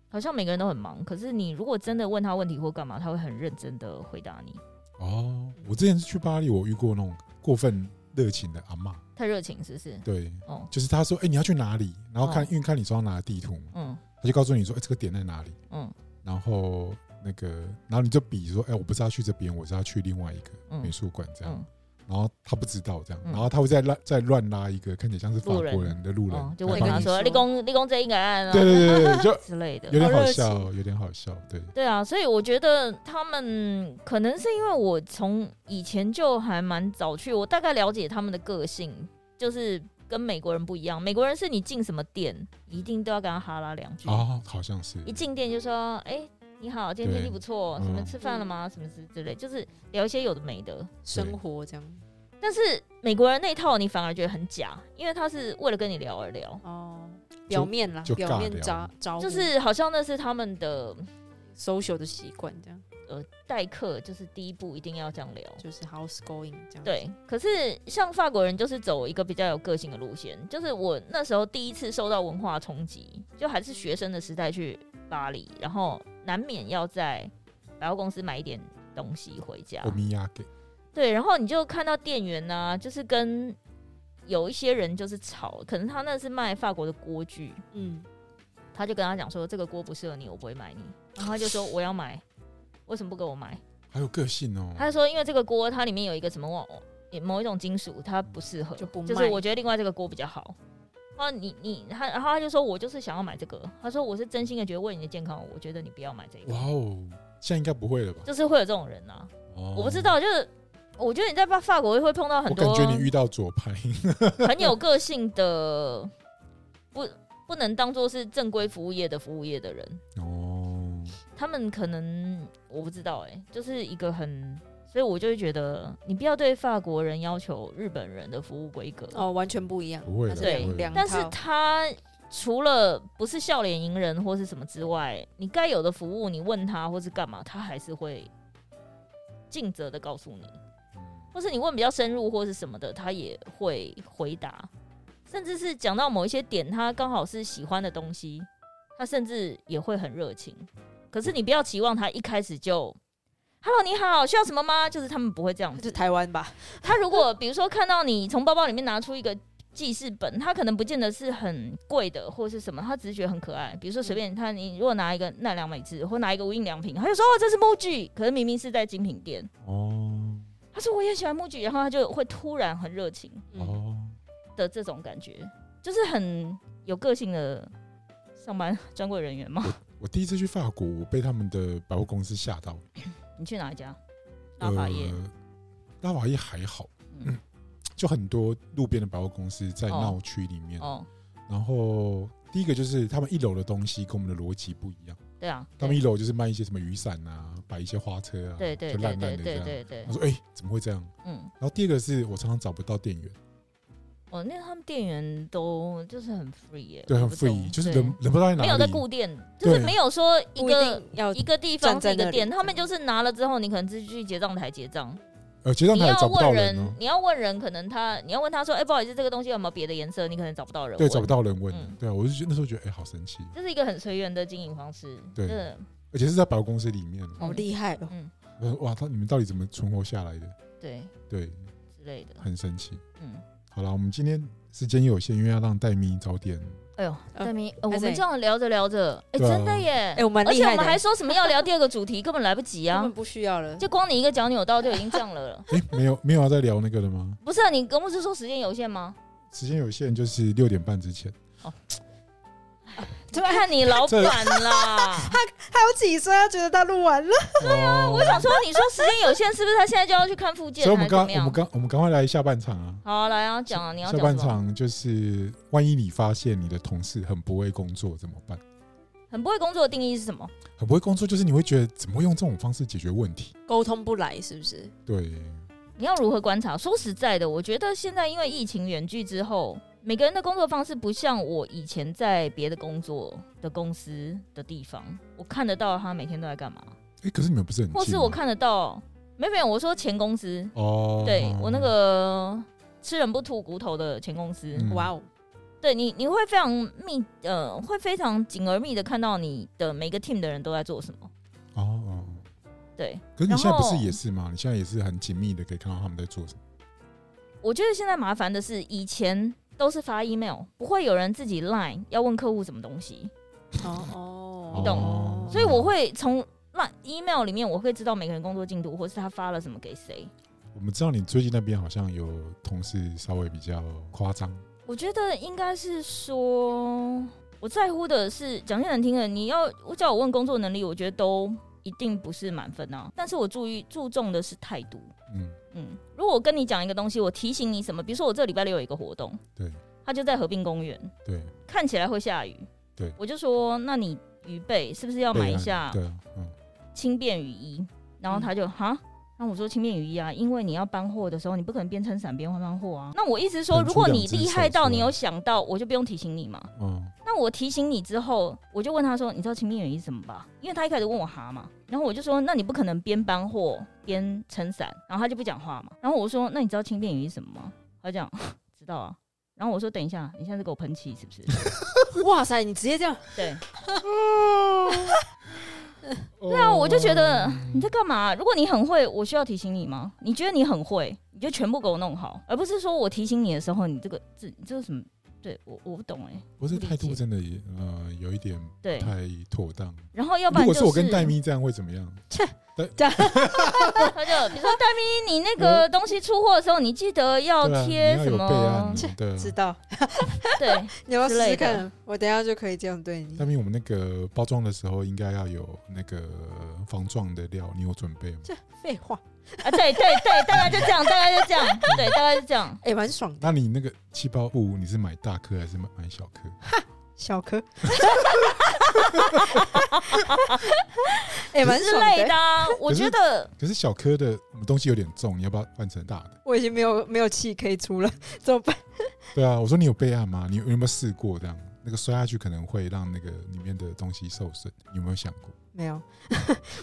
Speaker 3: 好像每个人都很忙，可是你如果真的问他问题或干嘛，他会很认真的回答你，
Speaker 1: 哦，我之前去巴黎，我遇过那种过分热情的阿嬷，
Speaker 3: 太热情是不是？
Speaker 1: 对，
Speaker 3: 哦，
Speaker 1: 就是她说：“哎、你要去哪里？”然后看，
Speaker 3: 哦
Speaker 1: 因为看你手上拿的地图嘛，
Speaker 3: 嗯
Speaker 1: 她就告诉你说：“哎、这个点在哪里
Speaker 3: 嗯？”
Speaker 1: 然后那个，然后你就比说：“哎、我不是要去这边，我是要去另外一个
Speaker 3: 嗯
Speaker 1: 美术馆。”这样，
Speaker 3: 嗯
Speaker 1: 然后他不知道这样，
Speaker 3: 嗯
Speaker 1: 然后他会再拉再乱拉一个看起来像是法
Speaker 3: 路
Speaker 1: 国
Speaker 3: 人
Speaker 1: 人的路人，
Speaker 3: 哦，就
Speaker 1: 来
Speaker 3: 问
Speaker 1: 帮
Speaker 3: 他
Speaker 1: 你
Speaker 3: 说：“立功立功这一个案 啊，
Speaker 1: 对对对 对，就
Speaker 3: 之类的。”
Speaker 1: 有点
Speaker 4: 好
Speaker 1: 好
Speaker 4: 热
Speaker 1: 笑
Speaker 4: 情
Speaker 1: 哦，有点好笑，对，
Speaker 3: 对啊，所以我觉得他们可能是因为我从以前就还蛮早去，我大概了解他们的个性，就是跟美国人不一样。美国人是你进什么店，一定都要跟他哈拉两句，
Speaker 1: 啊，好像是
Speaker 3: 嗯一进店就说：“哎、你好，今天天气
Speaker 1: 对
Speaker 3: 不错，什么
Speaker 1: 嗯
Speaker 3: 吃饭了吗？什么之之类，就是聊一些有的没的。
Speaker 4: 生活这样
Speaker 3: 但是美国人那一套你反而觉得很假，因为他是为了跟你聊而聊，
Speaker 4: 哦，表面啦
Speaker 1: 就，
Speaker 4: 表面
Speaker 1: 尬聊
Speaker 4: 招招呼
Speaker 3: 就是好像那是他们的
Speaker 4: social 的习惯，这样
Speaker 3: 呃待客，就是第一步一定要这样聊。
Speaker 4: 就是 house going 这样。
Speaker 3: 对，，可是像法国人就是走一个比较有个性的路线，就是我那时候第一次受到文化冲击，就还是学生的时代去巴黎，然后难免要在百货公司买一点东西回家
Speaker 1: 欧。米亚给
Speaker 3: 对，然后你就看到店员呢、就是跟有一些人就是吵，可能他那是卖法国的锅具，
Speaker 4: 嗯，
Speaker 3: 他就跟他讲说这个锅不适合你，我不会买你，然后他就说我要买，为什么不给我买？
Speaker 1: 好有个性哦，
Speaker 3: 他就说因为这个锅它里面有一个什么某某一种金属，它不适合，
Speaker 4: 就不卖
Speaker 3: 是我觉得另外这个锅比较好。然后你你他，然后他就说我就是想要买这个，他说我是真心的觉得为你的健康，我觉得你不要买这个，
Speaker 1: 哇哦，现在应该不会了吧？
Speaker 3: 就是会有这种人啊，
Speaker 1: 哦
Speaker 3: 我不知，道，就是我觉得你在法法国会碰到很
Speaker 1: 我感
Speaker 3: 多
Speaker 1: 觉你遇到左派，
Speaker 3: 很有个性的，不不能当做是正规服务业的服务业的人，
Speaker 1: 哦，
Speaker 3: 他们可能我不知道哎、就是一个很，所以我就会觉得你不要对法国人要求日本人的服务规格
Speaker 4: 哦，完全不一样，
Speaker 1: 不会的
Speaker 4: 它是两
Speaker 3: 对
Speaker 4: 两
Speaker 3: 但是
Speaker 4: 套
Speaker 3: 他除了不是笑脸迎人或是什么之外，你该有的服务你问他或是干嘛，他还是会尽责的告诉你，
Speaker 1: 嗯
Speaker 3: 或是你问比较深入或是什么的，他也会回答，甚至是讲到某一些点，他刚好是喜欢的东西，他甚至也会很热情。可是你不要期望他一开始就。Hello，你好，需要什么吗？就是他们不会这样
Speaker 4: 就
Speaker 3: 子
Speaker 4: 是，台湾吧，
Speaker 3: 他如果比如说看到你从包包里面拿出一个记事本，他可能不见得是很贵的或是什么，他只是觉得很可爱。比如说随便他，你如果拿一个奈良美智或拿一个无印良品，他就说哦这是木具，可是明明是在精品店。
Speaker 1: 哦
Speaker 3: 他说我也喜欢木具，然后他就会突然很热情
Speaker 4: 嗯，
Speaker 1: 哦，
Speaker 3: 的这种感觉，就是很有个性的上班 专柜人员嘛。
Speaker 1: 我第一次去法国，我被他们的百货公司吓到，
Speaker 3: 你去哪一家？大法业，
Speaker 1: 呃，拉法叶还好，
Speaker 3: 嗯，
Speaker 1: 就很多路边的百货公司在
Speaker 3: 哦
Speaker 1: 闹区里面。
Speaker 3: 哦，
Speaker 1: 然后第一个就是他们一楼的东西跟我们的逻辑不一样，
Speaker 3: 对啊，
Speaker 1: 他们一楼就是卖一些什么雨伞啊，摆一些花车啊，
Speaker 3: 对对
Speaker 1: 就
Speaker 3: 对
Speaker 1: 烂
Speaker 3: 对
Speaker 1: 烂的这
Speaker 3: 对
Speaker 1: 样。
Speaker 3: 对对
Speaker 1: 他，说：“哎、怎么会这样
Speaker 3: 嗯。？”
Speaker 1: 然后第二个是我常常找不到店员，
Speaker 3: 哦，那他们店员都就是很 free 耶、
Speaker 1: 对，
Speaker 3: 我
Speaker 1: 很
Speaker 3: 不懂
Speaker 1: free，就是
Speaker 3: 对
Speaker 1: 人人不知道在哪
Speaker 3: 没
Speaker 1: 里，
Speaker 3: 有在固店，就是
Speaker 1: 对
Speaker 3: 没有说一
Speaker 4: 不一
Speaker 3: 个
Speaker 4: 定要
Speaker 3: 一个地方
Speaker 4: 站在
Speaker 3: 是一个
Speaker 4: 那里
Speaker 3: 店，
Speaker 4: 这
Speaker 3: 他们就
Speaker 4: 样
Speaker 3: 是拿了之后，你可能自己去结账台结账，
Speaker 1: 呃，结账
Speaker 3: 你
Speaker 1: 台也
Speaker 3: 要
Speaker 1: 找不到
Speaker 3: 问
Speaker 1: 人哦、
Speaker 3: 你要问人，可能他你要问他说，哎、不好意思，这个东西有没有别的颜色？你可能找不到人，
Speaker 1: 对，找不。到人问。
Speaker 3: 嗯
Speaker 1: 对啊，我就觉得那时候觉得哎、好神奇，
Speaker 3: 这是一个很随缘的经营方式，
Speaker 1: 对
Speaker 3: 真的
Speaker 1: 而且是在百货公司里面。
Speaker 4: 好厉害哦，
Speaker 3: 嗯，
Speaker 1: 我说哇，他你们到底怎么存活下来的？
Speaker 3: 对
Speaker 1: 对，
Speaker 3: 之类的，
Speaker 1: 很神奇。
Speaker 3: 嗯，
Speaker 1: 好了，我们今天时间有限，因为要让戴咪早点。
Speaker 3: 哎呦，
Speaker 4: 呃
Speaker 3: 戴明、呃我
Speaker 4: 还
Speaker 3: 们
Speaker 4: 是
Speaker 3: 这样聊着聊着，哎、
Speaker 1: 对啊
Speaker 3: 真的耶，
Speaker 4: 哎，我蛮
Speaker 3: 而
Speaker 4: 厉
Speaker 3: 且我
Speaker 4: 害的
Speaker 3: 们，还说什么要聊第二个主题，根本来不及
Speaker 4: 根
Speaker 3: 啊
Speaker 4: 本，不需要了，
Speaker 3: 就光你一个脚扭到就已经这样 了。
Speaker 1: 哎、没有没有要再聊那个了吗？
Speaker 3: 不是、啊、你跟我是说时间有限 吗？
Speaker 1: 时间有限，就是六点半之前。
Speaker 3: 就看你老板 啦。
Speaker 4: 他有几岁？他觉得他录完了，
Speaker 1: 对啊，
Speaker 3: 哦我想说，你说时间有限，是不是他现在就要去看附件
Speaker 1: 所以我
Speaker 3: 还
Speaker 1: 们
Speaker 3: 是怎
Speaker 1: 刚
Speaker 3: 么
Speaker 1: 我
Speaker 3: 样
Speaker 1: 们？刚我们赶快来下半场啊！
Speaker 3: 好啊，来啊，讲啊，你要
Speaker 1: 下
Speaker 3: 讲什
Speaker 1: 半
Speaker 3: 么？
Speaker 1: 场就是，万一你发现你的同事很不会工作怎么办？
Speaker 3: 很不会工作的定义是什么？
Speaker 1: 很不会工作就是你会觉得怎么会用这种方式解决问题？
Speaker 4: 沟通不来是不是？
Speaker 1: 对，
Speaker 3: 你要如何观察？说实在的，我觉得现在因为疫情远距之后，每个人的工作方式不像我以前在别的工作的公司的地方，我看得到他每天都在干嘛，
Speaker 1: 哎，可是你们不是很近吗
Speaker 3: 或是我看得到，没有没有，我说前公司，
Speaker 1: 哦，
Speaker 3: 对我那个吃人不吐骨头的前公司，
Speaker 1: 嗯
Speaker 4: 哇哦，
Speaker 3: 对你，你会非常密，呃，会非常紧而密的看到你的每个 team 的人都在做什么。
Speaker 1: 哦哦，
Speaker 3: 对，
Speaker 1: 可是你现在不
Speaker 3: 然
Speaker 1: 是
Speaker 3: 后
Speaker 1: 也是吗？你现在也是很紧密的可以看到他们在做什么。
Speaker 3: 我觉得现在麻烦的是，以前都是发 email，不会有人自己 line 要问客户什么东西，
Speaker 4: 哦哦，
Speaker 1: 你
Speaker 3: 懂
Speaker 1: 哦
Speaker 3: 所以我会从 line email 里面我会知道每个人工作进度，或是他发了什么给谁。
Speaker 1: 我们知道你最近那边好像有同事稍微比较夸张，
Speaker 3: 我觉得应该是说，我在乎的是讲句难听的，你要叫我问工作能力，我觉得都一定不是满分啊。但是我注意注重的是态度。
Speaker 1: 嗯，
Speaker 3: 嗯，如果我跟你讲一个东西，我提醒你什么，比如说我这礼拜六有一个活动，
Speaker 1: 对，
Speaker 3: 它就在河滨公园，
Speaker 1: 对，
Speaker 3: 看起来会下雨，
Speaker 1: 对
Speaker 3: 我就说那你雨备是不是要买一下
Speaker 1: 对啊，嗯，
Speaker 3: 轻便雨衣？然后他就哈。那我说轻便雨衣啊，因为你要搬货的时候，你不可能边撑伞边搬货啊。那我意思说，
Speaker 1: 腾出
Speaker 3: 如果
Speaker 1: 两
Speaker 3: 你
Speaker 1: 只
Speaker 3: 厉
Speaker 1: 手
Speaker 3: 害到
Speaker 1: 出
Speaker 3: 你
Speaker 1: 来
Speaker 3: 有想到，我就不用提醒你嘛。
Speaker 1: 嗯，
Speaker 3: 那我提醒你之后，我就问他说：“你知道轻便雨衣是什么吧？”因为他一开始问我哈嘛，然后我就说：“那你不可能边搬货边撑伞。”然后他就不讲话嘛。然后我说：“那你知道轻便雨衣是什么吗？”他讲：“ 知道啊。”然后我说：“等一下，你现在是给我喷气是不 是
Speaker 4: 哇塞，你直接这样，？”
Speaker 3: 对，
Speaker 1: 对
Speaker 3: 那啊我就觉
Speaker 1: 哦
Speaker 3: 得你在干嘛？啊如果你很会，我需要提醒你吗？你觉得你很会，你就全部给我弄好，而不是说我提醒你的时候，你这个这你这个什么？对我我不懂哎、
Speaker 1: 不是
Speaker 3: 不理
Speaker 1: 态度
Speaker 3: 解
Speaker 1: 真的也呃有一点
Speaker 3: 对
Speaker 1: 不，太妥当。
Speaker 3: 然后要不
Speaker 1: 如
Speaker 3: 然
Speaker 1: 果
Speaker 3: 就
Speaker 1: 是我跟戴咪这样会怎么样？
Speaker 3: 他 就比如说戴咪，你那个东西出货的时候，你记得要
Speaker 1: 对啊，
Speaker 3: 贴
Speaker 1: 你要
Speaker 3: 什
Speaker 1: 有备
Speaker 3: 么
Speaker 1: 案？对啊
Speaker 4: 知。道？
Speaker 3: 对，啊
Speaker 4: 你要不
Speaker 3: 之
Speaker 4: 要
Speaker 3: 类
Speaker 4: 试试
Speaker 3: 的
Speaker 4: 看？我等一下就可以这样对你
Speaker 1: 戴。咪，我们那个包装的时候应该要有那个防撞的料，你有准备吗？
Speaker 4: 这废话，
Speaker 3: 啊，对对对，大概就这样，大概就这样，对，大概就这样。
Speaker 4: 哎，蛮爽的，
Speaker 1: 那你那个气泡布，你是买大颗还是买小颗？
Speaker 4: 小柯，哎，蛮
Speaker 3: 之
Speaker 4: 爽
Speaker 3: 类
Speaker 4: 的
Speaker 3: 的。啊，我觉得
Speaker 1: 可是小颗的我们东西有点重，你要不要换成大的？
Speaker 4: 我已经没有没有气可以出了， 怎么办？
Speaker 1: 对啊，我说你有备案吗？你有你有没有试过这样？那个摔下去可能会让那个里面的东西受损，你有没有想过？
Speaker 4: 没有，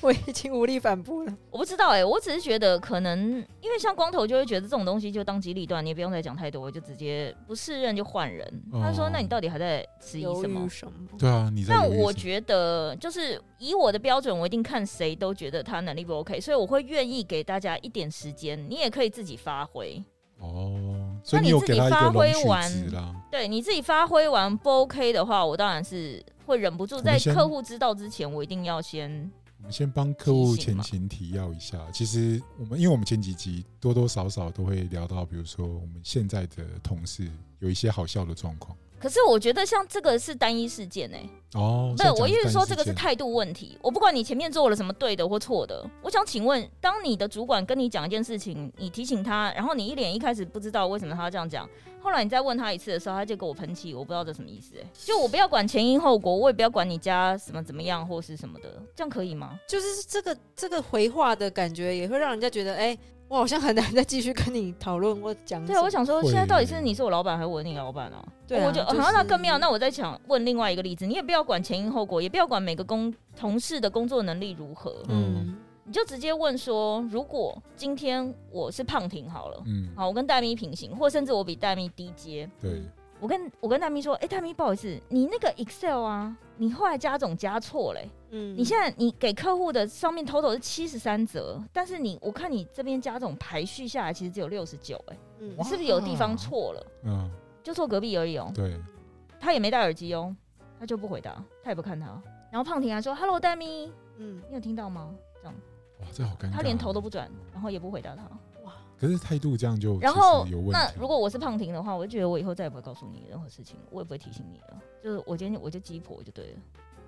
Speaker 4: 我已经无力反驳了。
Speaker 3: 我不知道哎、我只是觉得可能因为像光头就会觉得这种东西就当机立断，你也不用再讲太多，就直接不适任就换人。
Speaker 1: 哦
Speaker 3: 他说：“那你到底还在迟疑什么？”
Speaker 4: 什么？
Speaker 1: 对啊，你在
Speaker 3: 但
Speaker 1: 犹豫
Speaker 3: 我
Speaker 1: 什么
Speaker 3: 觉得，就是以我的标准，我一定看谁都觉得他能力不 OK，所以我会愿意给大家一点时间，你也可以自己发挥。
Speaker 1: 哦，所以
Speaker 3: 那
Speaker 1: 你
Speaker 3: 你
Speaker 1: 有
Speaker 3: 自
Speaker 1: 给
Speaker 3: 己
Speaker 1: 他一
Speaker 3: 发
Speaker 1: 个
Speaker 3: 挥
Speaker 1: 容
Speaker 3: 完
Speaker 1: 许值啦。
Speaker 3: 对你自己发挥完不 OK 的话，我当然是会忍不住
Speaker 1: 我
Speaker 3: 在
Speaker 1: 们先
Speaker 3: 客户知道之前，我一定要先
Speaker 1: 我们先帮客户
Speaker 3: 提醒
Speaker 1: 前
Speaker 3: 嘛
Speaker 1: 情提要一下，其实我们因为我们前几集多多少少都会聊到，比如说我们现在的同事有一些好笑的状况
Speaker 3: 可是我觉得像这个是单一事件哎、
Speaker 1: 哦。
Speaker 3: 对我意思说这个是
Speaker 1: 太
Speaker 3: 态度问题。我不管你前面做了什么对的或错的，我想请问，当你的主管跟你讲一件事情，你提醒他，然后你一脸一开始不知道为什么他要这样讲，后来你再问他一次的时候，他就给我喷气，我不知道这什么意思、哎，就我不要管前因后果，我也不要管你家什么怎么样或是什么的，这样可以吗？
Speaker 4: 就是这个这个回话的感觉，也会让人家觉得，哎、我好像很难再继续跟你讨论或讲什么。
Speaker 3: 对啊，我想说，
Speaker 1: 会
Speaker 3: 现在到底是你是我老板还是我是你老板啊？
Speaker 4: 对啊
Speaker 3: 我就
Speaker 4: 就是
Speaker 3: 好，那更妙。那我再想问另外一个例子，你也不要管前因后果，也不要管每个工同事的工作能力如何，
Speaker 1: 嗯
Speaker 4: 嗯，
Speaker 3: 你就直接问说，如果今天我是胖婷好了，
Speaker 1: 嗯，
Speaker 3: 好，我跟戴咪平行，或甚至我比戴咪低阶，
Speaker 1: 对，
Speaker 3: 我跟我跟戴咪说，哎、戴咪不好意思，你那个 Excel 啊，你后来加总加错嘞、
Speaker 4: 嗯
Speaker 3: 你现在你给客户的上面 total 是七十三折，但是你我看你这边加总排序下来其实只有六十九，哎，
Speaker 4: 嗯
Speaker 3: 是不是有地方错了？
Speaker 1: 嗯，
Speaker 3: 就坐隔壁而已哦、
Speaker 1: 对，
Speaker 3: 他也没戴耳机哦，他就不回答，他也不看他。然后胖婷还说：“Hello，戴咪，
Speaker 4: 嗯，
Speaker 3: 你有听到吗？”
Speaker 1: 哇，这好尴尬。啊
Speaker 3: 他连头都不，转，然后也不回答他。
Speaker 1: 可是态度这样就
Speaker 3: 然后
Speaker 1: 其实有问
Speaker 3: 那
Speaker 1: 题。
Speaker 3: 如果我是胖婷的话，我就觉得我以后再也不会告诉你任何事情，我也不会提醒你了。就是我今天我就鸡婆就对了。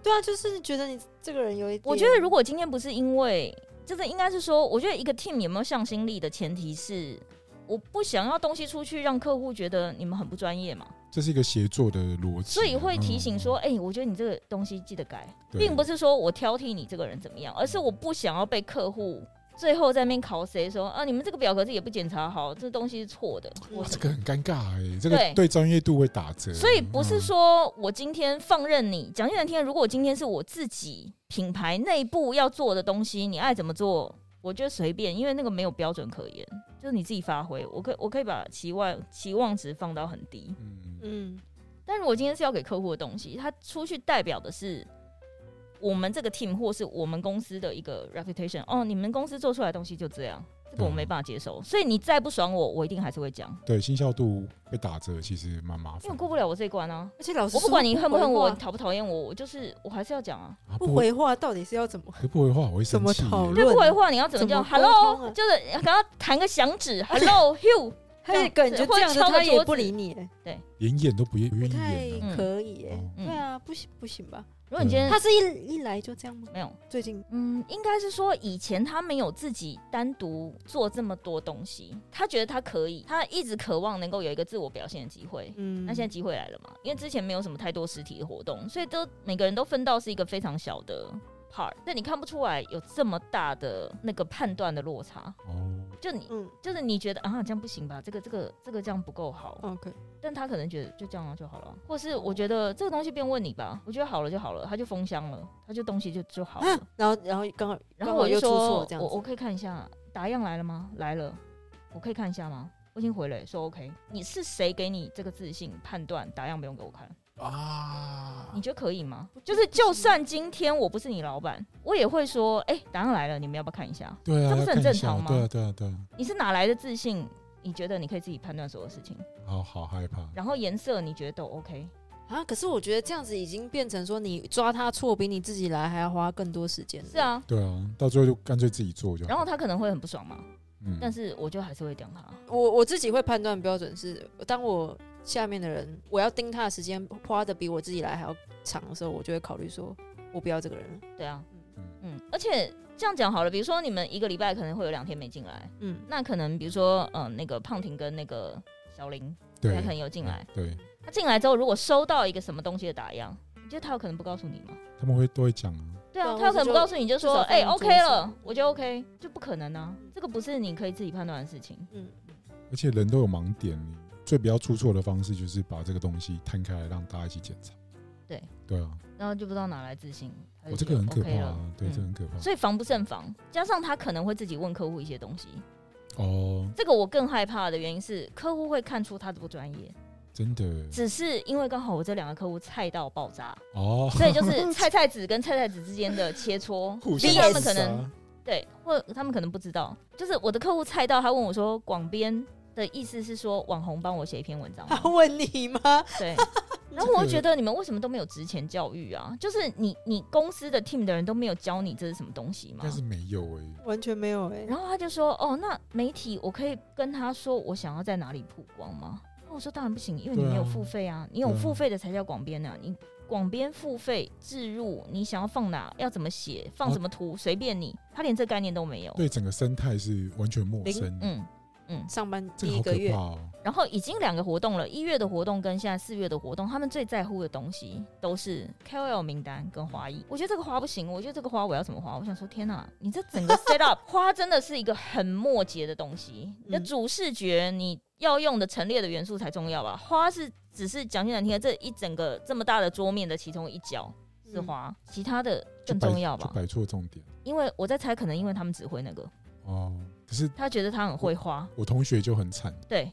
Speaker 4: 对啊，就是觉得你这个人有一点，
Speaker 3: 我觉得如果今天不是因为，就是应该是说，我觉得一个 team 有没有向心力的前提是，我不想要东西出去让客户觉得你们很不专业嘛，
Speaker 1: 这是一个协作的逻辑，啊
Speaker 3: 所以会提醒说，
Speaker 1: 嗯，
Speaker 3: 哎、我觉得你这个东西记得改。
Speaker 1: 对
Speaker 3: 并不是说我挑剔你这个人怎么样，而是我不想要被客户最后在那边考谁说啊，你们这个表格自己也不检查好，这东西是错的。
Speaker 4: 嗯
Speaker 3: 我
Speaker 1: 哇，这个很尴尬哎，这个
Speaker 3: 对
Speaker 1: 对专业度会打折。
Speaker 3: 所以不是
Speaker 1: 嗯
Speaker 3: 说我今天放任你讲句难听的，如果我今天是我自己品牌内部要做的东西，你爱怎么做，我觉得随便，因为那个没有标准可言，就是你自己发挥。我可我可以把期望期望值放到很低，
Speaker 1: 嗯
Speaker 4: 嗯，
Speaker 3: 但如果今天是要给客户的东西，它出去代表的是我们这个 team 或是我们公司的一个 reputation。哦，你们公司做出来的东西就这样，这个我没办法接受。所以你再不爽我，我一定还是会讲，
Speaker 1: 对，新效度被打折其实蛮麻
Speaker 3: 因为
Speaker 1: 烦
Speaker 3: 我。过不了我这一关啊。
Speaker 4: 而且老师，
Speaker 3: 我不管你恨不恨我，讨不讨厌我，我就是我还是要讲啊。
Speaker 1: 啊
Speaker 4: 不回话到底是要怎么？
Speaker 1: 可不回话我会生气
Speaker 4: 怎么讨
Speaker 1: 耶。
Speaker 4: 论
Speaker 3: 对不回话你要怎么叫
Speaker 4: 怎么沟通啊
Speaker 3: “hello”，就是然后弹个响指 “hello Hugh”，
Speaker 4: 他也感觉这样
Speaker 3: 或者
Speaker 4: 子，
Speaker 3: 敲个
Speaker 4: 他
Speaker 3: 桌
Speaker 4: 也
Speaker 3: 子
Speaker 4: 不理你耶，
Speaker 1: 连演都不愿不
Speaker 4: 不
Speaker 1: 愿意
Speaker 4: 太
Speaker 1: 演啊。
Speaker 4: 可以耶。
Speaker 1: 哦
Speaker 3: 嗯
Speaker 4: 对啊，不行不行吧？
Speaker 3: 如果你今天
Speaker 4: 他是一一来就这样吗？
Speaker 3: 没有，
Speaker 4: 最近
Speaker 3: 嗯，应该是说以前他没有自己单独做这么多东西，他觉得他可以，他一直渴望能够有一个自我表现的机会。
Speaker 4: 嗯，
Speaker 3: 那现在机会来了嘛？因为之前没有什么太多实体的活动，所以都每个人都分到是一个非常小的 part，但你看不出来有这么大的那个判断的落差。
Speaker 1: 哦，
Speaker 3: 就你
Speaker 4: 嗯
Speaker 3: 就是你觉得啊这样不行吧，这个这个这个这样不够好，
Speaker 4: 哦，OK，
Speaker 3: 但他可能觉得就这样啊就好了，或是我觉得这个东西便问你吧，我觉得好了就好了，他就封箱了，他就东西就就好了。
Speaker 4: 啊然后然后刚好
Speaker 3: 然后
Speaker 4: 刚好
Speaker 3: 我就
Speaker 4: 又出
Speaker 3: 说
Speaker 4: 错，这样
Speaker 3: 我
Speaker 4: 子
Speaker 3: 我可以看一下打样来了吗？来了，我可以看一下吗？我已经回了、欸说 OK。你是谁给你这个自信判断打样不用给我看？
Speaker 1: 啊
Speaker 3: 你觉得可以吗
Speaker 4: 不？啊
Speaker 3: 就是就算今天我不是你老板，我也会说，哎、打样来了，你们要不要看一下？
Speaker 1: 对啊，
Speaker 3: 这不是很
Speaker 1: 要看一
Speaker 3: 正常
Speaker 1: 下
Speaker 3: 吗
Speaker 1: 对啊，对啊，对啊。
Speaker 3: 你是哪来的自信？你觉得你可以自己判断所有事情，
Speaker 1: 好好害怕，
Speaker 3: 然后颜色你觉得都 OK，
Speaker 4: 啊，可是我觉得这样子已经变成说，你抓他错比你自己来还要花更多时间。
Speaker 3: 是，啊。
Speaker 1: 对啊，到最后就干脆自己做就好。
Speaker 3: 然后他可能会很不爽嘛，
Speaker 1: 嗯，
Speaker 3: 但是我就还是会啊讲他。
Speaker 4: 我我自己会判断标准是，当我下面的人我要盯他的时间花的比我自己来还要长的时候，我就会考虑说，我不要这个人了。
Speaker 3: 对啊
Speaker 1: 嗯，
Speaker 3: 嗯，而且这样讲好了，比如说你们一个礼拜可能会有两天没进来，
Speaker 4: 嗯，
Speaker 3: 那可能比如说，嗯、那个胖婷跟那个小林，
Speaker 1: 对哎
Speaker 3: 他可能有进来，，
Speaker 1: 对，
Speaker 3: 他进来之后如果收到一个什么东西的打样，你觉得他有可能不告诉你吗？
Speaker 1: 他们会都会讲啊。
Speaker 3: 对
Speaker 4: 对
Speaker 3: 啊
Speaker 4: 啊，
Speaker 3: 他有可能不
Speaker 4: 或者就
Speaker 3: 告诉你就
Speaker 4: 至
Speaker 3: 说，
Speaker 4: 少
Speaker 3: 哎、
Speaker 4: 放
Speaker 3: o
Speaker 4: 桌
Speaker 3: k
Speaker 4: 上
Speaker 3: 了，我就 OK，就不可能啊，
Speaker 4: 嗯
Speaker 3: 这个不是你可以自己判断的事情。
Speaker 1: 而且人都有盲点，你最不要出错的方式就是把这个东西摊开来，让大家一起检查。
Speaker 3: 对，
Speaker 1: 对啊，
Speaker 3: 然后就不知道哪来自信，他
Speaker 1: 我
Speaker 3: 就
Speaker 1: 这
Speaker 3: 觉
Speaker 1: 个
Speaker 3: 得
Speaker 1: 很可怕
Speaker 3: OK 了，
Speaker 1: 啊，对，
Speaker 3: 嗯
Speaker 1: 这个很可怕。
Speaker 3: 所以防不胜防，加上他可能会自己问客户一些东西，
Speaker 1: 哦，
Speaker 3: 这个我更害怕的原因是客户会看出他的不专业，
Speaker 1: 真的
Speaker 3: 只是因为刚好我这两个客户菜到爆炸，
Speaker 1: 哦，
Speaker 3: 所以 就是菜菜子跟菜菜子之间的切磋
Speaker 1: 互，
Speaker 3: 所
Speaker 1: 相
Speaker 3: 以他们
Speaker 1: 杀
Speaker 3: 可能对，或他们可能不知道，就是我的客户菜到，他问我说广编。的意思是说，网红帮我写一篇文 章吗
Speaker 4: 他，啊问你吗？
Speaker 3: 对。然后
Speaker 1: 这
Speaker 3: 我就
Speaker 1: 个
Speaker 3: 觉得你们为什么都没有职前教育啊？就是你你公司的 team 的人都没有教你这是什么东西
Speaker 1: 应
Speaker 3: 吗
Speaker 1: 该？是没有哎。
Speaker 4: 完全没有哎、
Speaker 3: 然后他就说：“哦，那媒体我可以跟他说我想要在哪里曝光吗？”那我说：“当然不行，因为你
Speaker 1: 对啊
Speaker 3: 没有付费啊，你有付费的才叫广编啊，你广编付费置入，你想要放哪，要怎么写，放
Speaker 1: 哦
Speaker 3: 什么图，随便你。”他连这概念都没有。
Speaker 1: 对整个生态是完全陌生，
Speaker 3: 嗯，
Speaker 4: 上班
Speaker 1: 这
Speaker 4: 第
Speaker 1: 个好
Speaker 4: 一
Speaker 1: 可
Speaker 4: 个月
Speaker 1: 怕，哦。
Speaker 3: 然后已经两个活动了，一月的活动跟现在四月的活动，他们最在乎的东西都是 KOL 名单跟花艺。我觉得这个花不行，我觉得这个花我要怎么花？我想说，天哪，你这整个 set up 花真的是一个很末节的东西。你的主视觉你要用的陈列的元素才重要吧？花是只是讲句难听的，这一整个这么大的桌面的其中一角是
Speaker 4: 嗯
Speaker 3: 花，其他的更重要
Speaker 1: 就
Speaker 3: 吧？
Speaker 1: 摆错重点
Speaker 3: 因为我在猜，可能因为他们只会那个，
Speaker 1: 哦。可是
Speaker 3: 他觉得他很会花，
Speaker 1: 我同学就很惨，
Speaker 3: 对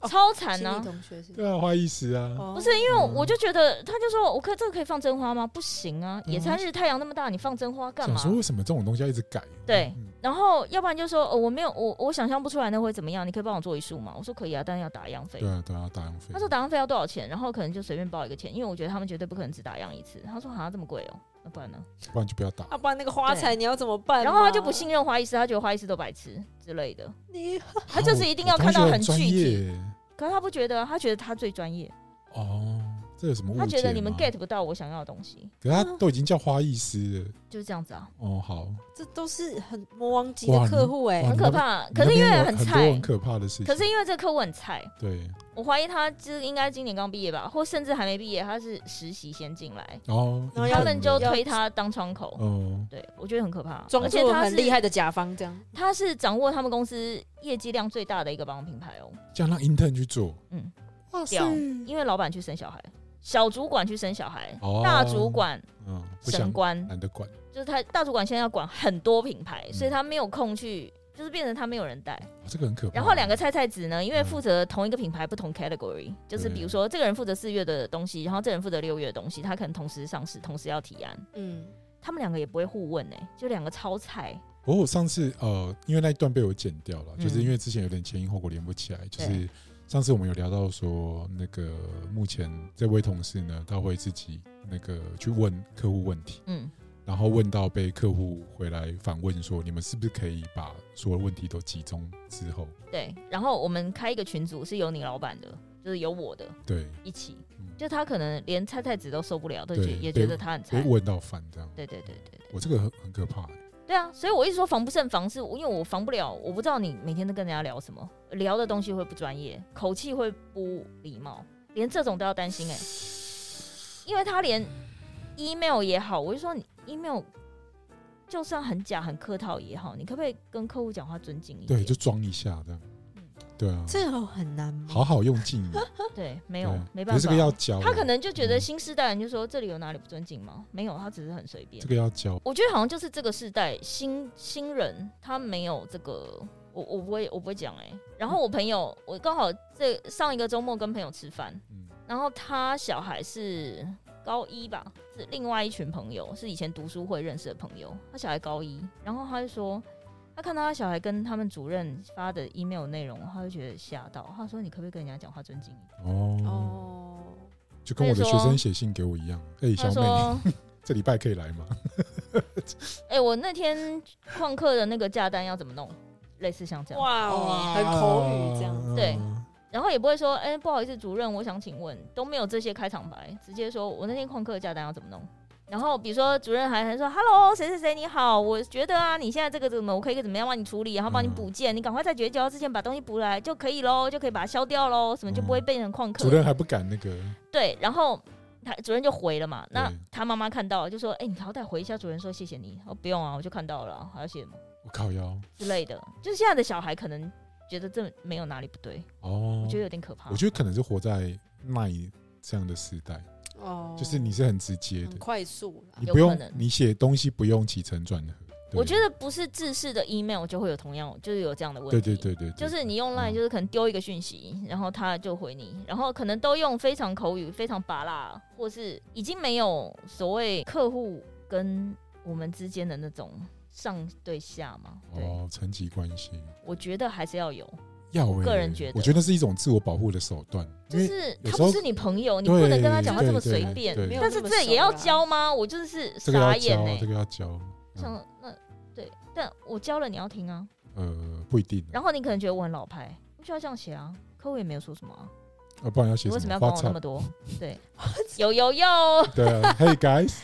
Speaker 4: 哦，
Speaker 3: 超惨
Speaker 4: 心
Speaker 3: 呢、
Speaker 4: 理同学是不是？
Speaker 1: 对啊，花艺师啊，
Speaker 4: 哦
Speaker 3: 不是因为我
Speaker 1: 嗯
Speaker 3: 我就觉得，他就说我可这个可以放真花吗？不行啊，
Speaker 1: 嗯
Speaker 3: 野餐日太阳那么大，你放真花干
Speaker 1: 想
Speaker 3: 嘛？
Speaker 1: 说为什么这种东西要一直改？
Speaker 3: 对
Speaker 1: 嗯，
Speaker 3: 然后要不然就说，哦，我没有，我我想象不出来那会怎么样，你可以帮我做一束吗？我说可以啊，但是要打样费
Speaker 1: 对。啊，对啊，打样费。
Speaker 3: 他说打样费要多少钱？然后可能就随便报一个钱，因为我觉得他们绝对不可能只打样一次。他说好像这么贵哦、那不然呢？
Speaker 1: 不然就不要打。
Speaker 4: 啊，不然那个花材你要怎么
Speaker 1: 嗯
Speaker 4: 办嘛？
Speaker 3: 然后他就不信任花艺师，他觉得花艺师都白痴之类的。
Speaker 4: 你，
Speaker 3: 他就是一定要
Speaker 1: 啊我
Speaker 3: 看到
Speaker 1: 我同学
Speaker 3: 很具
Speaker 1: 专
Speaker 3: 体
Speaker 1: 业
Speaker 3: 可是他不觉得，他觉得他最专业，
Speaker 1: 哦。这有什么误解
Speaker 3: 他
Speaker 1: 吗？
Speaker 3: 觉得你们 get 啊不到我想要的东西，
Speaker 1: 可是他都已经叫花艺师了。
Speaker 3: 就是这样子啊，
Speaker 1: 哦，好，
Speaker 4: 这都是很魔王级
Speaker 1: 哇
Speaker 4: 的
Speaker 1: 你
Speaker 4: 客户哎、
Speaker 1: 哇
Speaker 3: 很
Speaker 1: 你
Speaker 3: 可
Speaker 1: 那边
Speaker 3: 怕。
Speaker 1: 你
Speaker 3: 可
Speaker 1: 那
Speaker 3: 是因
Speaker 1: 边
Speaker 3: 为
Speaker 1: 有
Speaker 3: 很
Speaker 1: 很多
Speaker 3: 菜，
Speaker 1: 很可怕的事情。
Speaker 3: 可是因为这个客户很菜，
Speaker 1: 对，
Speaker 3: 我怀疑他就是应该今年刚毕业吧，或甚至还没毕业，他是实习先进来，
Speaker 1: 然后
Speaker 4: 然后
Speaker 3: 他
Speaker 4: 要
Speaker 3: 们就
Speaker 4: 要
Speaker 3: 推他当窗口。
Speaker 1: 嗯哦，
Speaker 3: 对，我觉得很可怕，
Speaker 4: 装
Speaker 3: 而且
Speaker 4: 作
Speaker 3: 他
Speaker 4: 很厉
Speaker 3: 是
Speaker 4: 害的甲方这样，
Speaker 3: 他是掌握他们公司业绩量最大的一个保养品牌哦，
Speaker 1: 这样让 intern 去做，
Speaker 3: 嗯，
Speaker 1: 哇塞，
Speaker 3: 屌，因为老板去生小孩，小主管去生小孩，
Speaker 1: 哦
Speaker 3: 大主管
Speaker 1: 嗯，不
Speaker 3: 神
Speaker 1: 想
Speaker 3: 官，
Speaker 1: 懒得管，哦
Speaker 3: 就是他大主管现在要管很多品牌，
Speaker 1: 嗯
Speaker 3: 所以他没有空去，就是变成他没有人带。
Speaker 1: 哇这个很可怕。
Speaker 3: 然后两个菜菜子呢，因为
Speaker 1: 嗯
Speaker 3: 负责同一个品牌不同 category，就是比如说这个人负责四月的东西，然后这个人负责六月的东西，他可能同时上市，同时要提案，
Speaker 4: 嗯，
Speaker 3: 欸他们两个也不会互问哎、就两个超菜，
Speaker 1: 不过我上次呃，因为那一段被我剪掉了，
Speaker 3: 嗯
Speaker 1: 就是因为之前有点前因后果连不起来。就
Speaker 3: 对
Speaker 1: 是上次我们有聊到说，那个目前这位同事呢，他会自己那个去问客户问题，
Speaker 3: 嗯
Speaker 1: 然后问到被客户回来反问说，你们是不是可以把所有问题都集中之后？
Speaker 3: 对。然后我们开一个群组，是有你老板的，就是有我的
Speaker 1: 对，
Speaker 3: 一起
Speaker 1: 嗯。
Speaker 3: 就他可能连菜菜子都受不了，都
Speaker 1: 对
Speaker 3: 觉也
Speaker 1: 被
Speaker 3: 觉得他很
Speaker 1: 被
Speaker 3: 菜。
Speaker 1: 问到烦这样。
Speaker 3: 对对对对对
Speaker 1: 我这个很很可怕、欸，
Speaker 3: 对啊！所以我一直说防不胜防是，因为我防不了，我不知道你每天都跟人家聊什么，聊的东西会不专业，口气会不礼貌，连这种都要担心哎、因为他连 email 也好，我就说你 email 就算很假很客套也好，你可不可以跟客户讲话尊敬一点？
Speaker 1: 对，就装一下这样
Speaker 3: 嗯。
Speaker 1: 对啊，
Speaker 4: 这有很难吗？
Speaker 1: 好好用劲，
Speaker 3: 对
Speaker 1: 没
Speaker 3: 没有没办法，
Speaker 1: 这个要教啊，
Speaker 3: 他可能就觉得
Speaker 1: 嗯
Speaker 3: 新时代人就说这里有哪里不尊敬吗？没有，他只是很随便
Speaker 1: 这。个要教，
Speaker 3: 我觉得好像就是这个世代新新人，他没有这个，我我不会我不会讲哎、然后我朋友，我刚好这上一个周末跟朋友吃饭，
Speaker 1: 嗯
Speaker 3: 然后他小孩是高一吧，是另外一群朋友，是以前读书会认识的朋友，他小孩高一，然后他就说。他看到他小孩跟他们主任发的 email 内容，他就觉得吓到。他说：“你可不可以跟人家讲话尊敬一点
Speaker 1: 哦。
Speaker 4: 哦，
Speaker 1: 就跟我的学生写信给我一样。哎、？”
Speaker 3: 他
Speaker 1: 小
Speaker 3: 说
Speaker 1: 美，：“这礼拜可以来吗？
Speaker 3: 哎、我那天旷课的那个假单要怎么弄？类似像这样，
Speaker 4: 哇哦，很口语这
Speaker 1: 啊
Speaker 4: 样。
Speaker 3: 对然后也不会说，哎、不好意思，主任，我想请问，都没有这些开场白，直接说哎我那天旷课的假单要怎么弄。然后比如说主任还还说，Hello，谁谁谁你好，我觉得啊，你现在这个怎么，我可以怎么样帮你处理，然后帮你补件，你赶快在绝交之前把东西补来就可以喽，就可以把它消掉喽，什么就不会变成旷课。
Speaker 1: 主任还不敢那个，
Speaker 3: 对，然后他主任就回了嘛，那
Speaker 1: 对
Speaker 3: 他妈妈看到了就说，哎、你好歹回一下主任说谢谢你，哦，不用啊，我就看到了啊，还要谢什么？
Speaker 1: 我靠腰
Speaker 3: 之类的。就是现在的小孩可能觉得这没有哪里不对，
Speaker 1: 哦。
Speaker 3: 我觉得有点可怕。
Speaker 1: 我觉得可能是活在卖这样的时代，
Speaker 4: 哦，
Speaker 1: 就是你是很直接
Speaker 4: 很
Speaker 1: 的，
Speaker 4: 快速啦，
Speaker 1: 你
Speaker 3: 有
Speaker 1: 不用
Speaker 3: 可能
Speaker 1: 你写东西不用起承转合。对
Speaker 3: 我觉得不是自式的 email 就会有同样，就是有这样的问
Speaker 1: 对
Speaker 3: 题。
Speaker 1: 对对对，对
Speaker 3: 就是你用 line，
Speaker 1: 嗯
Speaker 3: 就是可能丢一个讯息，然后他就回你，然后可能都用非常口语、非常拔辣，或是已经没有所谓客户跟我们之间的那种上对下嘛。对，
Speaker 1: 哦，层级关系
Speaker 3: 我觉得还是要有，
Speaker 1: 要、欸。
Speaker 3: 我个人觉得
Speaker 1: 我觉得是一种自我保护的手段，
Speaker 3: 就
Speaker 1: 因为
Speaker 3: 是
Speaker 1: 有
Speaker 3: 他
Speaker 1: 时候
Speaker 3: 不是你朋友，你不能跟他讲话这么随便。
Speaker 1: 对对对对
Speaker 4: 没有
Speaker 3: 但是这也要教吗？我就是
Speaker 1: 这个要
Speaker 3: 傻眼欸呢、
Speaker 1: 教，啊这个要教。嗯、
Speaker 3: 像那对，但我教了你要听啊。
Speaker 1: 呃，不一定啊，
Speaker 3: 然后你可能觉得我很老派，不需要这样写啊。客户也没有说什么啊，
Speaker 1: 啊不然要写
Speaker 3: 你为
Speaker 1: 什
Speaker 3: 什么要
Speaker 1: 花
Speaker 3: 管我那么 多？对，有有有
Speaker 1: 对 啊，Hey guys，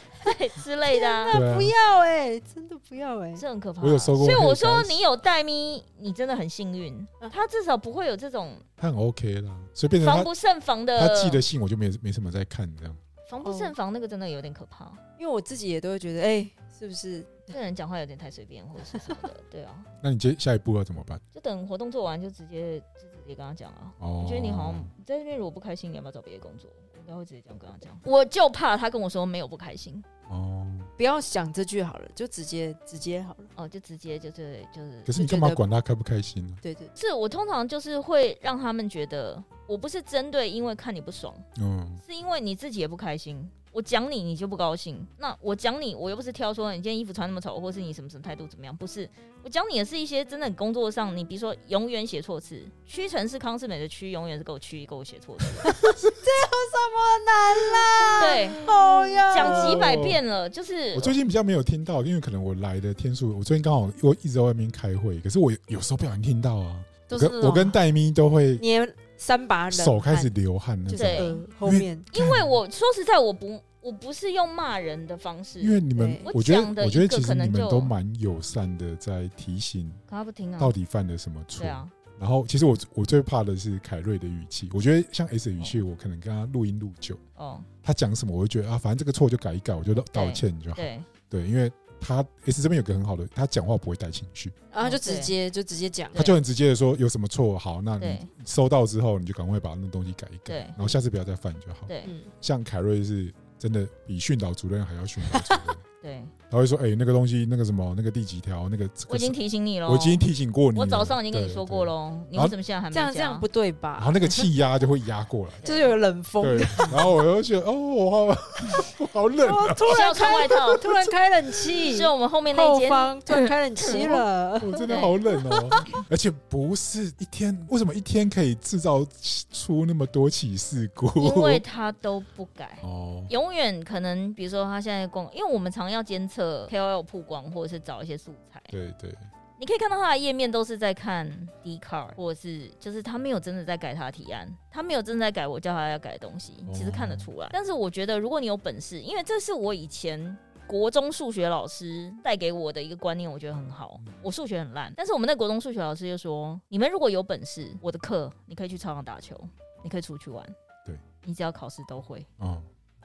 Speaker 3: 之类的、啊，
Speaker 1: 对啊
Speaker 4: 不，要哎，真的不要
Speaker 1: 欸
Speaker 4: 哎，
Speaker 3: 这很可怕。
Speaker 1: 我有收过
Speaker 3: 所以我
Speaker 1: Hey
Speaker 3: 说
Speaker 1: guys
Speaker 3: 你有戴咪，你真的很幸运。他至少不会有这种
Speaker 1: 他很 OK 啦，所以变成啊他
Speaker 3: 防不胜防的。
Speaker 1: 他寄的信我就没没什么在看这样。
Speaker 3: 防不胜防那个真的有点可怕。
Speaker 4: 因为我自己也都会觉得，哎，是不是
Speaker 3: 这人讲话有点太随便，或者是什么的。对啊，
Speaker 1: 那你接下一步要怎么办？
Speaker 3: 就等活动做完就直接就直接跟他讲啊。
Speaker 1: 哦，
Speaker 3: 我觉得你好像你在这边，如果不开心，你要不要找别的工作？我应该会直接这样跟他讲。我就怕他跟我说没有不开心，
Speaker 1: 哦，
Speaker 4: 不要想这句好了，就直接直接好了。
Speaker 3: 哦，就直接就是就是，
Speaker 1: 可是你干嘛管他开不开心呢？
Speaker 4: 对对，
Speaker 3: 是我通常就是会让他们觉得我不是针对，因为看你不爽，
Speaker 1: 嗯，
Speaker 3: 是啊因为你自己也不开心。我讲你，你就不高兴。那我讲你，我又不是挑说你今天衣服穿那么丑，或是你什么什么态度怎么样，不是。我讲你的是一些真的很工作上，你比如说永远写错字，屈臣氏康士美的屈永远是给我屈，给我写错字。
Speaker 4: 什么难啦？
Speaker 3: 对，
Speaker 4: 好呀，
Speaker 3: 讲几百遍了，就是
Speaker 1: 我最近比较没有听到，因为可能我来的天数，我最近刚好我一直在外面开会，可是我有时候不小心听到啊，
Speaker 4: 都
Speaker 1: 我
Speaker 4: 是
Speaker 1: 跟我跟戴咪都会
Speaker 4: 捏三把人，
Speaker 1: 手开始流汗那
Speaker 4: 就
Speaker 1: 种
Speaker 4: 是，
Speaker 3: 对
Speaker 4: 呃后面
Speaker 1: 因
Speaker 3: 因为我说实在，我不我不是用骂人的方式，
Speaker 1: 因为你们
Speaker 4: 对，
Speaker 1: 我觉
Speaker 3: 我讲
Speaker 1: 得
Speaker 3: 的
Speaker 1: 我觉得
Speaker 3: 一个
Speaker 1: 其实
Speaker 3: 可能
Speaker 1: 你们
Speaker 3: 就
Speaker 1: 都蛮友善的，在提醒
Speaker 3: 可他不听啊，
Speaker 1: 到底犯了什么错
Speaker 3: 对。啊，
Speaker 1: 然后其实我我最怕的是凯瑞的语气，我觉得像 S 的语气，我可能跟他录音录久。
Speaker 3: 哦，
Speaker 1: 他讲什么，我就觉得啊，反正这个错就改一改，我就道歉就好。
Speaker 3: 对，
Speaker 1: 对，因为他 S 这边有个很好的，他讲话不会带情绪，
Speaker 4: 然后就
Speaker 3: 哦对
Speaker 4: 直接就直接讲
Speaker 3: 对，
Speaker 1: 他就很直接的说有什么错，好，那你
Speaker 3: 对
Speaker 1: 收到之后你就赶快把那东西改一改
Speaker 3: 对，
Speaker 1: 然后下次不要再犯就好。
Speaker 3: 对，
Speaker 4: 嗯，
Speaker 1: 像凯瑞是真的比训导主任还要训导主任，
Speaker 3: 对，
Speaker 1: 他会说：“哎、那个东西，那个什么，那个第几条，那个……”这个
Speaker 3: 我已经提醒你
Speaker 1: 是
Speaker 3: 了，哦
Speaker 1: 我已经提醒过你了，
Speaker 3: 我早上已经跟你
Speaker 1: 对
Speaker 3: 说过。喽，你
Speaker 1: 然后
Speaker 3: 为什么现在还没
Speaker 4: 这样这样
Speaker 3: 加
Speaker 4: 不对
Speaker 1: 对然后
Speaker 4: 吧？
Speaker 1: 那个气压就会压过 来，
Speaker 4: 就是有冷风，
Speaker 1: 对。然后我又觉得，哦，我好， 我好冷 啊！
Speaker 4: 哦突
Speaker 3: 现在
Speaker 4: 然
Speaker 3: 要穿
Speaker 4: 开，
Speaker 3: 外套
Speaker 4: 突然开冷气
Speaker 3: 是，我们后面那一
Speaker 4: 后
Speaker 3: 间
Speaker 4: 方突然开冷气 了，
Speaker 1: 我真的好冷哦，而且不是一天，为什么一天可以制造出那么多起事故？
Speaker 3: 因 为他都不改。
Speaker 1: 哦，
Speaker 3: 永远可能，比如说他现在逛，因为我们常要监测 KOL 曝光，或者是找一些素材。
Speaker 1: 对对，
Speaker 3: 你可以看到他的页面都是在看
Speaker 1: 嗯
Speaker 3: D card，或者是就是他没有真的在改他的提案，他没有真的在改我叫他要改的东西
Speaker 1: 哦，
Speaker 3: 其实看得出来。但是我觉得，如果你有本事，因为这是我以前。国中数学老师带给我的一个观念，我觉得很好
Speaker 1: 嗯。
Speaker 3: 我数学很烂，但是我们那国中数学老师就说：“你们如果有本事，我的课你可以去操场打球，你可以出去玩，
Speaker 1: 对
Speaker 3: 你只要考试都会，
Speaker 1: 嗯，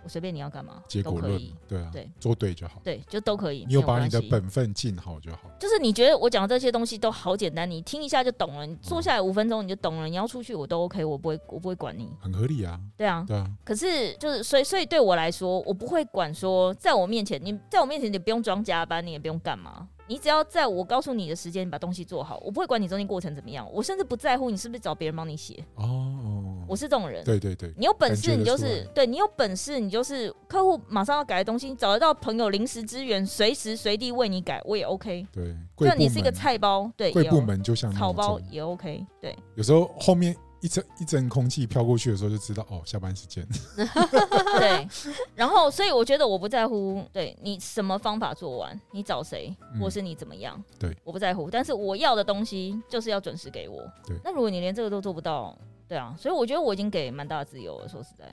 Speaker 3: 我随便你要干嘛，
Speaker 1: 结果
Speaker 3: 都可
Speaker 1: 论
Speaker 3: 以，，
Speaker 1: 对啊，
Speaker 3: 对
Speaker 1: 做对就好。
Speaker 3: 对，就都可以。
Speaker 1: 你有
Speaker 3: 没
Speaker 1: 把你
Speaker 3: 关
Speaker 1: 的
Speaker 3: 系
Speaker 1: 本分尽好就好。
Speaker 3: 就是你觉得我讲的这些东西都好简单，你听一下就懂了，你坐下来五分钟你就懂了。你要出去我都 OK，我不会我不会管你。
Speaker 1: 很合理啊，
Speaker 3: 对啊，
Speaker 1: 对啊，
Speaker 3: 可是就是所以所以对我来说，我不会管说在我面前你在我面前你不用装加班，你也不用干嘛。你只要在我告诉你的时间，你把东西做好，我不会管你中间过程怎么样，我甚至不在乎你是不是找别人帮你写，
Speaker 1: 哦哦，
Speaker 3: 我是这种人。
Speaker 1: 对对对，
Speaker 3: 你有本
Speaker 1: 感
Speaker 3: 事，
Speaker 1: 觉
Speaker 3: 你
Speaker 1: 得
Speaker 3: 就
Speaker 1: 出来
Speaker 3: 是对你有本事，你就是客户马上要改的东西，你找得到朋友临时支援，随时随地为你改，我也 OK。
Speaker 1: 对，贵
Speaker 3: 就
Speaker 1: 部
Speaker 3: 你是一个
Speaker 1: 门，
Speaker 3: 菜包，对，
Speaker 1: 贵
Speaker 3: 也
Speaker 1: 部
Speaker 3: OK
Speaker 1: 门就像那
Speaker 3: 草包
Speaker 1: 种，
Speaker 3: 也 OK，对，
Speaker 1: 有时候后面一阵一阵空气飘过去的时候，就知道哦，下班时 间。
Speaker 3: 对，然后所以我觉得我不在乎，对你什么方法做完，你找谁，
Speaker 1: 嗯
Speaker 3: 或是你怎么样，
Speaker 1: 对，
Speaker 3: 我不在乎，但是我要的东西就是要准时给我。
Speaker 1: 对
Speaker 3: 那如果你连这个都做不到，对啊，所以我觉得我已经给蛮大的自由了，说实在。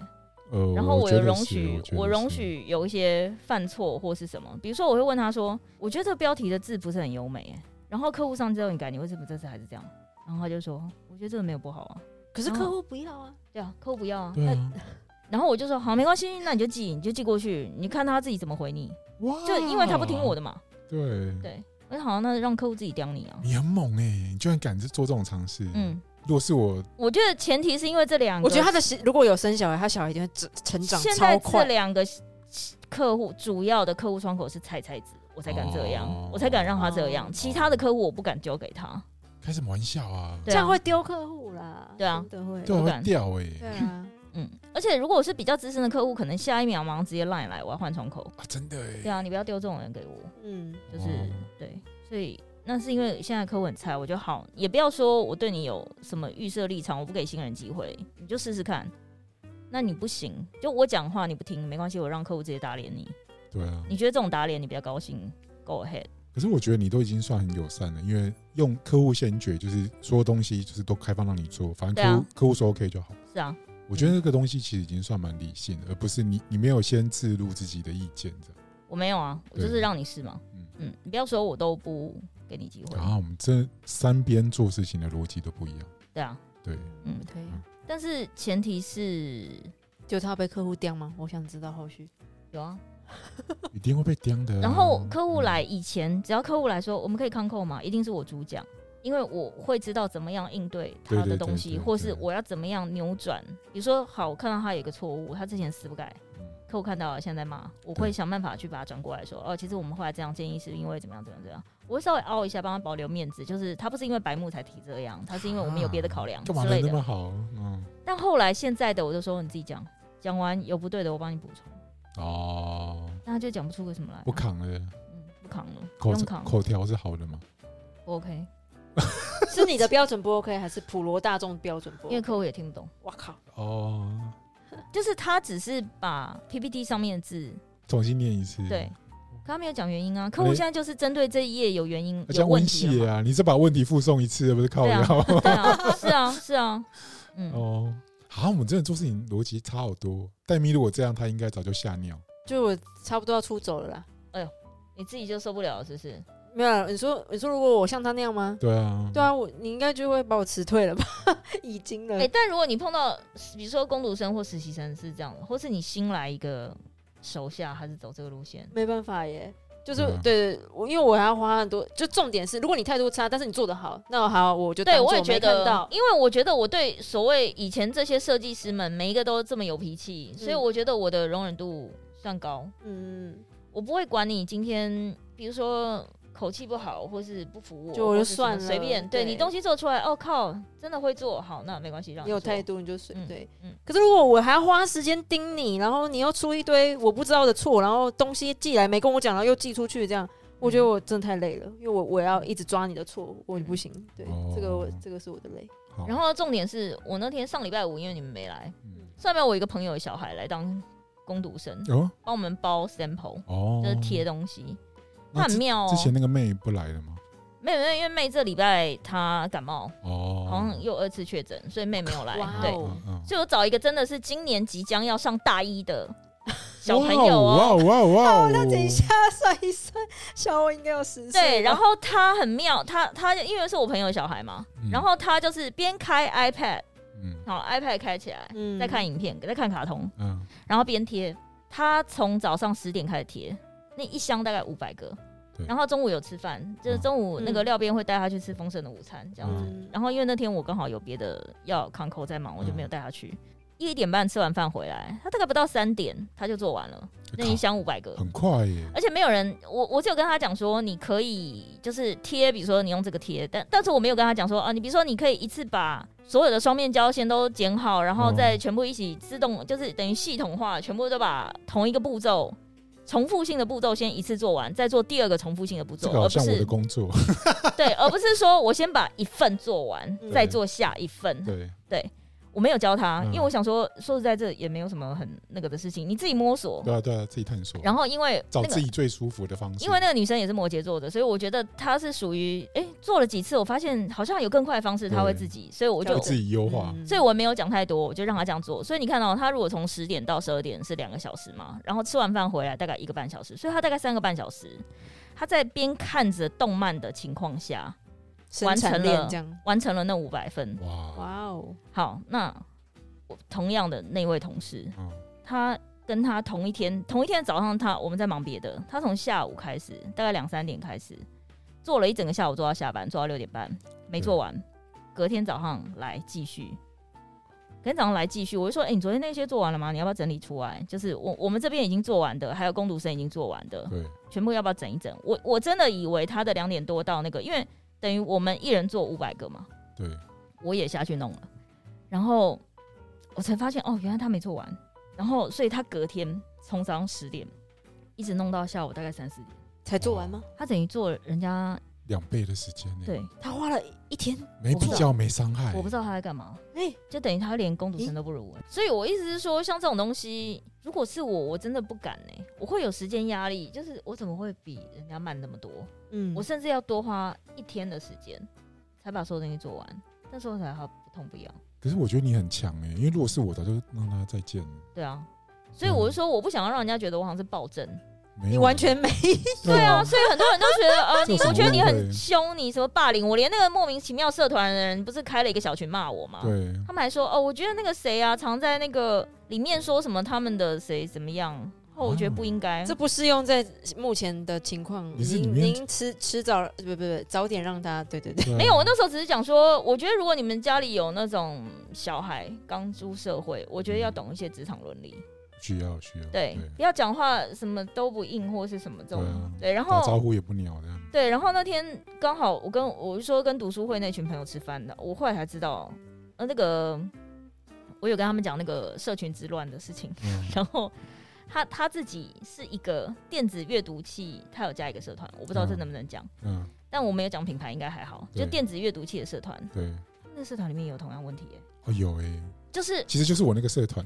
Speaker 1: 呃，
Speaker 3: 然后我
Speaker 1: 觉
Speaker 3: 有
Speaker 1: 得
Speaker 3: 容
Speaker 1: 是
Speaker 3: 许，
Speaker 1: 觉
Speaker 3: 我
Speaker 1: 得
Speaker 3: 容
Speaker 1: 是
Speaker 3: 许有一些犯错或是什么，比如说我会问他说，我觉得这个标题的字不是很优美耶，然后客户上次要你改，你为什么这次还是这样？然后他就说，我觉得这个没有不好啊，
Speaker 4: 可是客户不要啊，
Speaker 3: 对啊，客户不要啊，
Speaker 1: 对啊，
Speaker 3: 然后我就说好，没关系，那你就寄，你就寄过去，你看他自己怎么回你。
Speaker 1: 哇，
Speaker 3: 就因为他不听我的，嘛，
Speaker 1: 对，
Speaker 3: 对，我好像那让客户自己刁你啊。
Speaker 1: 你很猛哎，你居然敢做这种尝试，嗯，
Speaker 3: 嗯，
Speaker 1: 如果是我，
Speaker 3: 我觉得前提是因为这两个，
Speaker 4: 我觉得他的小如果有生小孩，他小孩一定会成成长
Speaker 3: 现
Speaker 4: 超
Speaker 3: 在这
Speaker 4: 快。
Speaker 3: 两个客户主要的客户窗口是菜菜子，我才敢这样，
Speaker 1: 哦
Speaker 3: 我才敢让他这样，
Speaker 4: 哦
Speaker 3: 其他的客户我不敢丢给他。
Speaker 1: 开什么玩笑啊？
Speaker 3: 对
Speaker 4: 这
Speaker 3: 啊
Speaker 4: 样会丢客户啦，
Speaker 3: 对啊
Speaker 4: 真的会，
Speaker 1: 对啊，
Speaker 3: 不
Speaker 1: 会
Speaker 3: 敢
Speaker 1: 掉
Speaker 4: 对
Speaker 1: 哎，
Speaker 4: 啊，
Speaker 3: 嗯，而且如果我是比较资深的客户，可能下一秒马上直接 line 来，我要换窗口。
Speaker 1: 啊，真的
Speaker 3: 对
Speaker 1: 哎，
Speaker 3: 啊，你不要丢这种人给我。
Speaker 4: 嗯，
Speaker 3: 就是、
Speaker 1: 哦
Speaker 3: 对，所以那是因为现在客户很菜，我就好，也不要说我对你有什么预设立场，我不给新人机会，你就试试看。那你不行，就我讲话你不听没关系，我让客户直接打脸你。
Speaker 1: 对啊，
Speaker 3: 你觉得这种打脸你比较高兴？Go ahead。
Speaker 1: 可是我觉得你都已经算很友善了，因为用客户先决，就是所有东西就是都开放让你做，反正
Speaker 3: 对
Speaker 1: 客户、
Speaker 3: 啊
Speaker 1: 客户说 OK 就好。
Speaker 3: 是啊，
Speaker 1: 我觉得这个东西其实已经算蛮理性的，而不是你你没有先置入自己的意见这样。
Speaker 3: 我没有啊，我就是
Speaker 1: 对
Speaker 3: 让你试嘛
Speaker 1: 嗯。啊
Speaker 3: 嗯，你不要说我都不给你机会。
Speaker 1: 然后我们这三边做事情的逻辑都不一样，
Speaker 3: 对啊，
Speaker 1: 对，
Speaker 3: 嗯，
Speaker 4: 可以啊。
Speaker 3: 但是前提是
Speaker 4: 就他被客户刁吗？我想知道后续。
Speaker 3: 有啊，
Speaker 1: 一定会被刁的啊、
Speaker 3: 然后客户来以前，只要客户来说，我们可以康扣嘛，一定是我主讲，因为我会知道怎么样应对
Speaker 1: 对
Speaker 3: 他
Speaker 1: 对
Speaker 3: 的
Speaker 1: 对
Speaker 3: 东西，
Speaker 1: 对
Speaker 3: 或是
Speaker 1: 对
Speaker 3: 我要怎么样扭转。比如说，好，我看到他有一个错误，他之前死不改，
Speaker 1: 嗯，嗯
Speaker 3: 客户看到了，现在在骂，我
Speaker 1: 对
Speaker 3: 会想办法去把他转过来说，哦，其实我们后来这样建议是因为怎么样怎么样怎么样。我会稍微凹一下，帮他保留面子，就是他不是因为白目才提这样，他是因为我们有别的考量
Speaker 1: 哦干嘛
Speaker 3: 之
Speaker 1: 人
Speaker 3: 类
Speaker 1: 那
Speaker 3: 的。
Speaker 1: 么好？嗯，
Speaker 3: 但后来现在的我就说你自己讲，讲完有不对的我帮你补充，
Speaker 1: 哦，
Speaker 3: 那他就讲不出个什么来啊，
Speaker 1: 不扛了，
Speaker 3: 嗯，不扛了，不
Speaker 1: 口
Speaker 3: 用扛，
Speaker 1: 口条是好的嘛？
Speaker 3: 不 OK。
Speaker 4: 是你的标准不 OK，还是普罗大众标准不
Speaker 3: 因为
Speaker 4: OK？
Speaker 3: 客户也听不懂，
Speaker 4: 我靠，
Speaker 1: 哦，
Speaker 3: 就是他只是把 PPT 上面的字，
Speaker 1: 重新念一次。
Speaker 3: 对，可他没有讲原因啊。客户现在就是针对这一页有原因
Speaker 1: 那这
Speaker 3: 有
Speaker 1: 样温
Speaker 3: 问题
Speaker 1: 系
Speaker 3: 了嘛，
Speaker 1: 啊，你再把问题附送一次，不是靠
Speaker 3: 对啊
Speaker 1: 腰？
Speaker 3: 对啊，是啊，是啊，嗯，
Speaker 1: 哦，好，我们真的做事情逻辑差好多。戴咪如果这样，他应该早就吓尿。
Speaker 4: 就我差不多要出走了啦。
Speaker 3: 你自己就受不了了是不是？
Speaker 4: 没有啊啦，你说你说如果我像他那样吗？
Speaker 1: 对啊，
Speaker 4: 对啊，我你应该就会把我辞退了吧？ 已经了
Speaker 3: 哎，，但如果你碰到比如说工读生或实习生是这样的，或是你新来一个手下，还是走这个路线，
Speaker 4: 没办法耶。就是
Speaker 1: 对啊
Speaker 4: 对对，我因为我还要花很多，就重点是，如果你态度差，但是你做得好，那好，我就
Speaker 3: 对
Speaker 4: 当
Speaker 3: 我
Speaker 4: 作
Speaker 3: 也觉
Speaker 4: 没看
Speaker 3: 得
Speaker 4: 到，，
Speaker 3: 因为我觉得我对所谓以前这些设计师们每一个都这么有脾气，所以
Speaker 4: 嗯
Speaker 3: 我觉得我的容忍度算高。
Speaker 4: 嗯，
Speaker 3: 我不会管你今天，比如说口气不好，或是不服我，
Speaker 4: 就我
Speaker 3: 或
Speaker 4: 就是
Speaker 3: 什么
Speaker 4: 算了
Speaker 3: 随便。对
Speaker 4: 对
Speaker 3: 你东西做出来，哦靠，真的会做好，那没关系，让
Speaker 4: 你有
Speaker 3: 做
Speaker 4: 态度你就随
Speaker 3: 嗯
Speaker 4: 对。
Speaker 3: 嗯
Speaker 4: 可是如果我还要花时间盯你，然后你又出一堆我不知道的错，然后东西寄来没跟我讲，然后又寄出去，这样我觉得我真的太累了，因为我我要一直抓你的错，我
Speaker 3: 嗯
Speaker 4: 不行。对，
Speaker 1: 哦
Speaker 4: 这个我这个是我的累。
Speaker 1: 好，
Speaker 3: 然后重点是我那天上礼拜五，因为你们没来，
Speaker 1: 嗯
Speaker 3: 上礼拜我一个朋友的小孩来当工读生，
Speaker 1: 哦
Speaker 3: 帮我们包 sample，
Speaker 1: 哦，
Speaker 3: 就是贴东西，
Speaker 1: 那
Speaker 3: 他很
Speaker 1: 之
Speaker 3: 妙哦。
Speaker 1: 之前那个妹不来了吗？
Speaker 3: 没有没有，因为妹这礼拜她感冒，
Speaker 1: 哦，
Speaker 3: 好像又二次确诊，所以妹没有来。
Speaker 4: 哇哦
Speaker 3: 对，
Speaker 1: 嗯嗯，
Speaker 3: 所以我找一个真的是今年即将要上大 一的小朋友
Speaker 1: 哇
Speaker 3: 哦。
Speaker 1: 哇哇！我
Speaker 4: 等一下，
Speaker 3: 啊
Speaker 4: 算一算，小我应该要十
Speaker 3: 对，
Speaker 1: 哦
Speaker 3: 然后他很妙，他他因为是我朋友小孩嘛，
Speaker 1: 嗯
Speaker 3: 然后他就是边开 iPad，
Speaker 1: 嗯
Speaker 3: 好 iPad 开起来，
Speaker 4: 嗯
Speaker 3: 在看影片，在看卡通，
Speaker 1: 嗯，
Speaker 3: 然后边贴。他从早上十点开始贴，那一箱大概五百个
Speaker 1: 对。
Speaker 3: 然后中午有吃饭，就是中午那个
Speaker 4: 嗯
Speaker 3: 廖边会带他去吃丰盛的午餐，这样子。
Speaker 1: 嗯
Speaker 3: 然后因为那天我刚好有别的要康口在忙，我就没有带他去。一点半吃完饭回来，他大概不到三点他就做完了，那一箱五百个
Speaker 1: 靠，很快耶，
Speaker 3: 而且没有人，我我只有跟他讲说，你可以就是贴，比如说你用这个贴，但但是我没有跟他讲说啊，你比如说你可以一次把所有的双面胶先都剪好，然后再全部一起自动，就是等于系统化，全部都把同一个步骤。重复性的步骤先一次做完，再做第二个重复性的步骤
Speaker 1: 这，个
Speaker 3: 而
Speaker 1: 好
Speaker 3: 哦不
Speaker 1: 像我的
Speaker 3: 是嗯
Speaker 1: 工作，
Speaker 3: 对，而不是说我先把一份 做完，
Speaker 4: 嗯
Speaker 3: 再做下一份。
Speaker 1: 对，
Speaker 3: 我没有教他，
Speaker 1: 嗯
Speaker 3: 因为我想说，说实在，这也没有什么很那个的事情，你自己摸索。
Speaker 1: 对啊对啊，自己探索，
Speaker 3: 然
Speaker 1: 后
Speaker 3: 后因为
Speaker 1: 找
Speaker 3: 那
Speaker 1: 自
Speaker 3: 个，
Speaker 1: 己最舒服的方式，
Speaker 3: 因为那个女生也是摩羯座的，所以我觉得她是属于，哎，做了几次，我发现好像有更快的方式，她会自己，所以我就
Speaker 1: 会，自己优化，
Speaker 4: 嗯
Speaker 3: 所以我没有讲太多，我就让她这样做。所以你看到、她如果从十点到十二点是两个小时嘛，然后吃完饭回来大概一个半小时，所以她大概三个半小时，她在边看着动漫的情况下，
Speaker 4: 完
Speaker 3: 完
Speaker 4: 成
Speaker 3: 成了
Speaker 4: 这样。
Speaker 3: 完成了那五百分。
Speaker 1: 哇，
Speaker 4: 哇哦，
Speaker 3: 好，那我同样的那位同事，
Speaker 1: 嗯
Speaker 3: 他跟他同一天同一天早上他，我们在忙别的，他从下午开始，大概两三点开始，做了一整个下午，做到下班，做到六点半，没做完，隔天早上来继续。隔天早上来继续，我就说，哎、你昨天那些做完了吗？你要不要整理出来？就是我我们这边已经做完的，还有工读生已经做完的，
Speaker 1: 对，
Speaker 3: 全部要不要整一整？我我真的以为他的两点多到那个，因为等于我们一人做五百个嘛，
Speaker 1: 对，
Speaker 3: 我也下去弄了，然后我才发现哦，原来他没做完，然后所以他隔天从早上十点一直弄到下午大概三四点，
Speaker 4: 才做完吗？
Speaker 3: 他等于做了人家
Speaker 1: 两倍的时间呢，
Speaker 3: 对，，
Speaker 4: 他花了一天，
Speaker 1: 没比较没伤害，
Speaker 3: 我不知道他在干嘛，
Speaker 4: 哎，
Speaker 3: 就等于他连公主生都不如、所以我意思是说，像这种东西，如果是我，我真的不敢呢、欸我会有时间压力，就是我怎么会比人家慢那么多？
Speaker 4: 嗯
Speaker 3: 我甚至要多花一天的时间才把所有东西做完，那时候才好不痛不痒。
Speaker 1: 可是我觉得你很强哎，因为如果是我，早就让他再见了，
Speaker 3: 对啊，所以我就说，我不想要让人家觉得我好像是暴政。
Speaker 1: 没有啊
Speaker 4: 你完全没
Speaker 1: 对
Speaker 3: 对啊，，所以很多人都觉得，呃，
Speaker 1: 这
Speaker 3: 你
Speaker 1: 有什么
Speaker 3: 我觉得你
Speaker 1: 误
Speaker 3: 很
Speaker 1: 会
Speaker 3: 凶，你什么霸凌，我连那个莫名其妙社团的人不是开了一个小群骂我吗？
Speaker 1: 对，
Speaker 3: 他们还说，哦，我觉得那个谁啊，常在那个里面说什么他们的谁怎么样，哦，我觉得不应
Speaker 1: 嗯
Speaker 3: 该。
Speaker 4: 这不适用在目前的情况。
Speaker 1: 你是里
Speaker 4: 您
Speaker 1: 面
Speaker 4: 您迟迟早不不不早点让他对对对，
Speaker 1: 对啊
Speaker 3: 没哎有，我那时候只是讲说，我觉得如果你们家里有那种小孩刚出社会，我觉得要懂一些职场伦理，
Speaker 1: 需要需要，
Speaker 3: 对，不要讲话什么都不应或是什么这种
Speaker 1: 对，啊
Speaker 3: 对，然后
Speaker 1: 打招呼也不鸟这样，
Speaker 3: 对，然后那天刚好我跟我就说跟读书会那群朋友吃饭的，我后来才知道，呃，那个我有跟他们讲那个社群之乱的事情，
Speaker 1: 嗯
Speaker 3: 然后他他自己是一个电子阅读器，他有加一个社团，我不知道这
Speaker 1: 嗯
Speaker 3: 能不能讲，
Speaker 1: 嗯，
Speaker 3: 但我没有讲品牌，应该还好，就
Speaker 1: 对
Speaker 3: 电子阅读器的社团，
Speaker 1: 对，
Speaker 3: 那社团里面也有同样问题耶、
Speaker 1: 哦有哎，
Speaker 3: 就是
Speaker 1: 其实就是我那个社团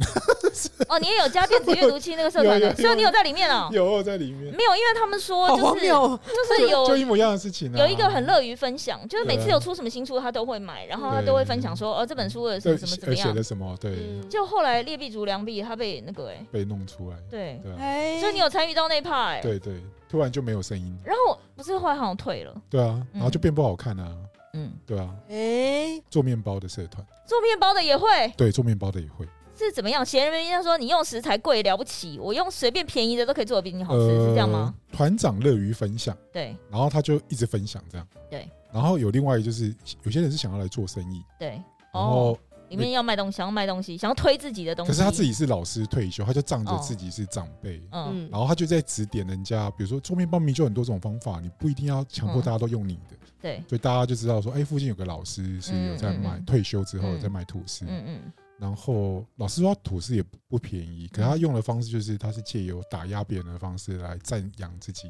Speaker 3: 哦，你也有加电子阅读器那个社团
Speaker 1: 有有有
Speaker 3: 的，所以你有在里面哦、
Speaker 1: 有我在里面，
Speaker 3: 没有，因为他们说
Speaker 4: 好
Speaker 3: 就
Speaker 4: 荒
Speaker 3: 是
Speaker 4: 谬哦。
Speaker 3: 就是有
Speaker 1: 就一模一样的事情啊，
Speaker 3: 有一个很乐于分享，就是每次
Speaker 1: 对啊
Speaker 3: 有出什么新书，他都会买，然后他都会分享说，哦，这本书的什
Speaker 1: 对
Speaker 3: 么什么怎么
Speaker 1: 写写
Speaker 3: 样
Speaker 1: 了。什么对
Speaker 4: 嗯
Speaker 3: 就后来劣币逐良币，他被那个哎、
Speaker 1: 被弄出来，
Speaker 3: 对，
Speaker 1: 对啊
Speaker 4: 哎，
Speaker 3: 嗯所以你有参与到那一趴哎、
Speaker 1: 对对，突然就没有声音，
Speaker 3: 然后不是后来好像退了，
Speaker 1: 对啊，
Speaker 3: 嗯
Speaker 1: 然后就变不好看啊，
Speaker 3: 嗯，
Speaker 1: 对啊，
Speaker 4: 哎，
Speaker 1: 做面包的社团，
Speaker 3: 做面包的也会
Speaker 1: 对，做面包的也会，
Speaker 3: 是怎么样？闲人们家说你用食材贵了不起，我用随便便宜的都可以做的比你好吃，哦是这样吗？
Speaker 1: 呃？团长乐于分享，
Speaker 3: 对
Speaker 1: 然后他就一直分享这样，
Speaker 3: 对，
Speaker 1: 然后有另外就是有些人是想要来做生意，
Speaker 3: 对，哦
Speaker 1: 然后
Speaker 3: 里面要卖东西，想要卖东西，想要推自己的东西。哦
Speaker 1: 可是他自己是老师退休，他就仗着自己是长辈，
Speaker 3: 嗯，
Speaker 1: 然后他就在指点人家，比如说桌面报名就很多种方法，你不一定要强
Speaker 3: 嗯
Speaker 1: 迫大家都用你的，
Speaker 3: 对，
Speaker 1: 所以大家就知道说，哎，附近有个老师是有在卖
Speaker 3: 嗯嗯嗯
Speaker 1: 退休之后有在卖吐司，
Speaker 3: 嗯嗯
Speaker 1: 然后老师说他吐司也不不便宜，可他用的方式就是他是借由打压别人的方式来赞扬自己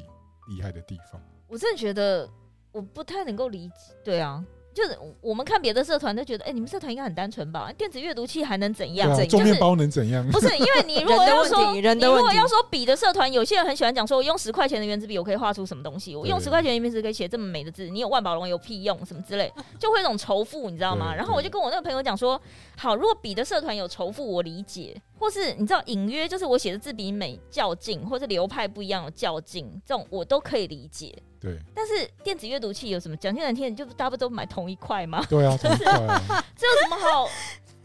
Speaker 1: 厉害的地方。
Speaker 3: 我真的觉得我不太能够理解，对啊。就是我们看别的社团都觉得，哎、你们社团应该很单纯吧？电子阅读器还能怎
Speaker 1: 对
Speaker 3: 样？
Speaker 1: 啊，
Speaker 4: 怎
Speaker 1: 桌
Speaker 3: 就是
Speaker 1: 面包能怎 样？
Speaker 3: 不是因为你如果
Speaker 4: 人的
Speaker 3: 要
Speaker 4: 问
Speaker 3: 说
Speaker 4: 题，人
Speaker 3: 你
Speaker 4: 的
Speaker 3: 如
Speaker 4: 问
Speaker 3: 果
Speaker 4: 题
Speaker 3: 要。说比的社团，有些人很喜欢讲说，我用十块钱的圆珠笔，我可以画出什么东西？我用
Speaker 1: 对
Speaker 3: 十块钱的圆珠笔可以写这么美的字，你有万宝龙有屁用？什么 之类，就会有一种仇富，你知道吗？
Speaker 1: 对
Speaker 3: 然后我就跟我那个朋友讲说，好，如果比的社团有仇富，我理解，或是你知道隐约就是我写的字比你美较劲，或是流派不一样有较劲，这种我都可以理解。
Speaker 1: 对
Speaker 3: 但是电子阅读器有什么？讲听难听，就是大家不都买同一 块吗？
Speaker 1: 对啊，很快啊，
Speaker 3: 这有什么好？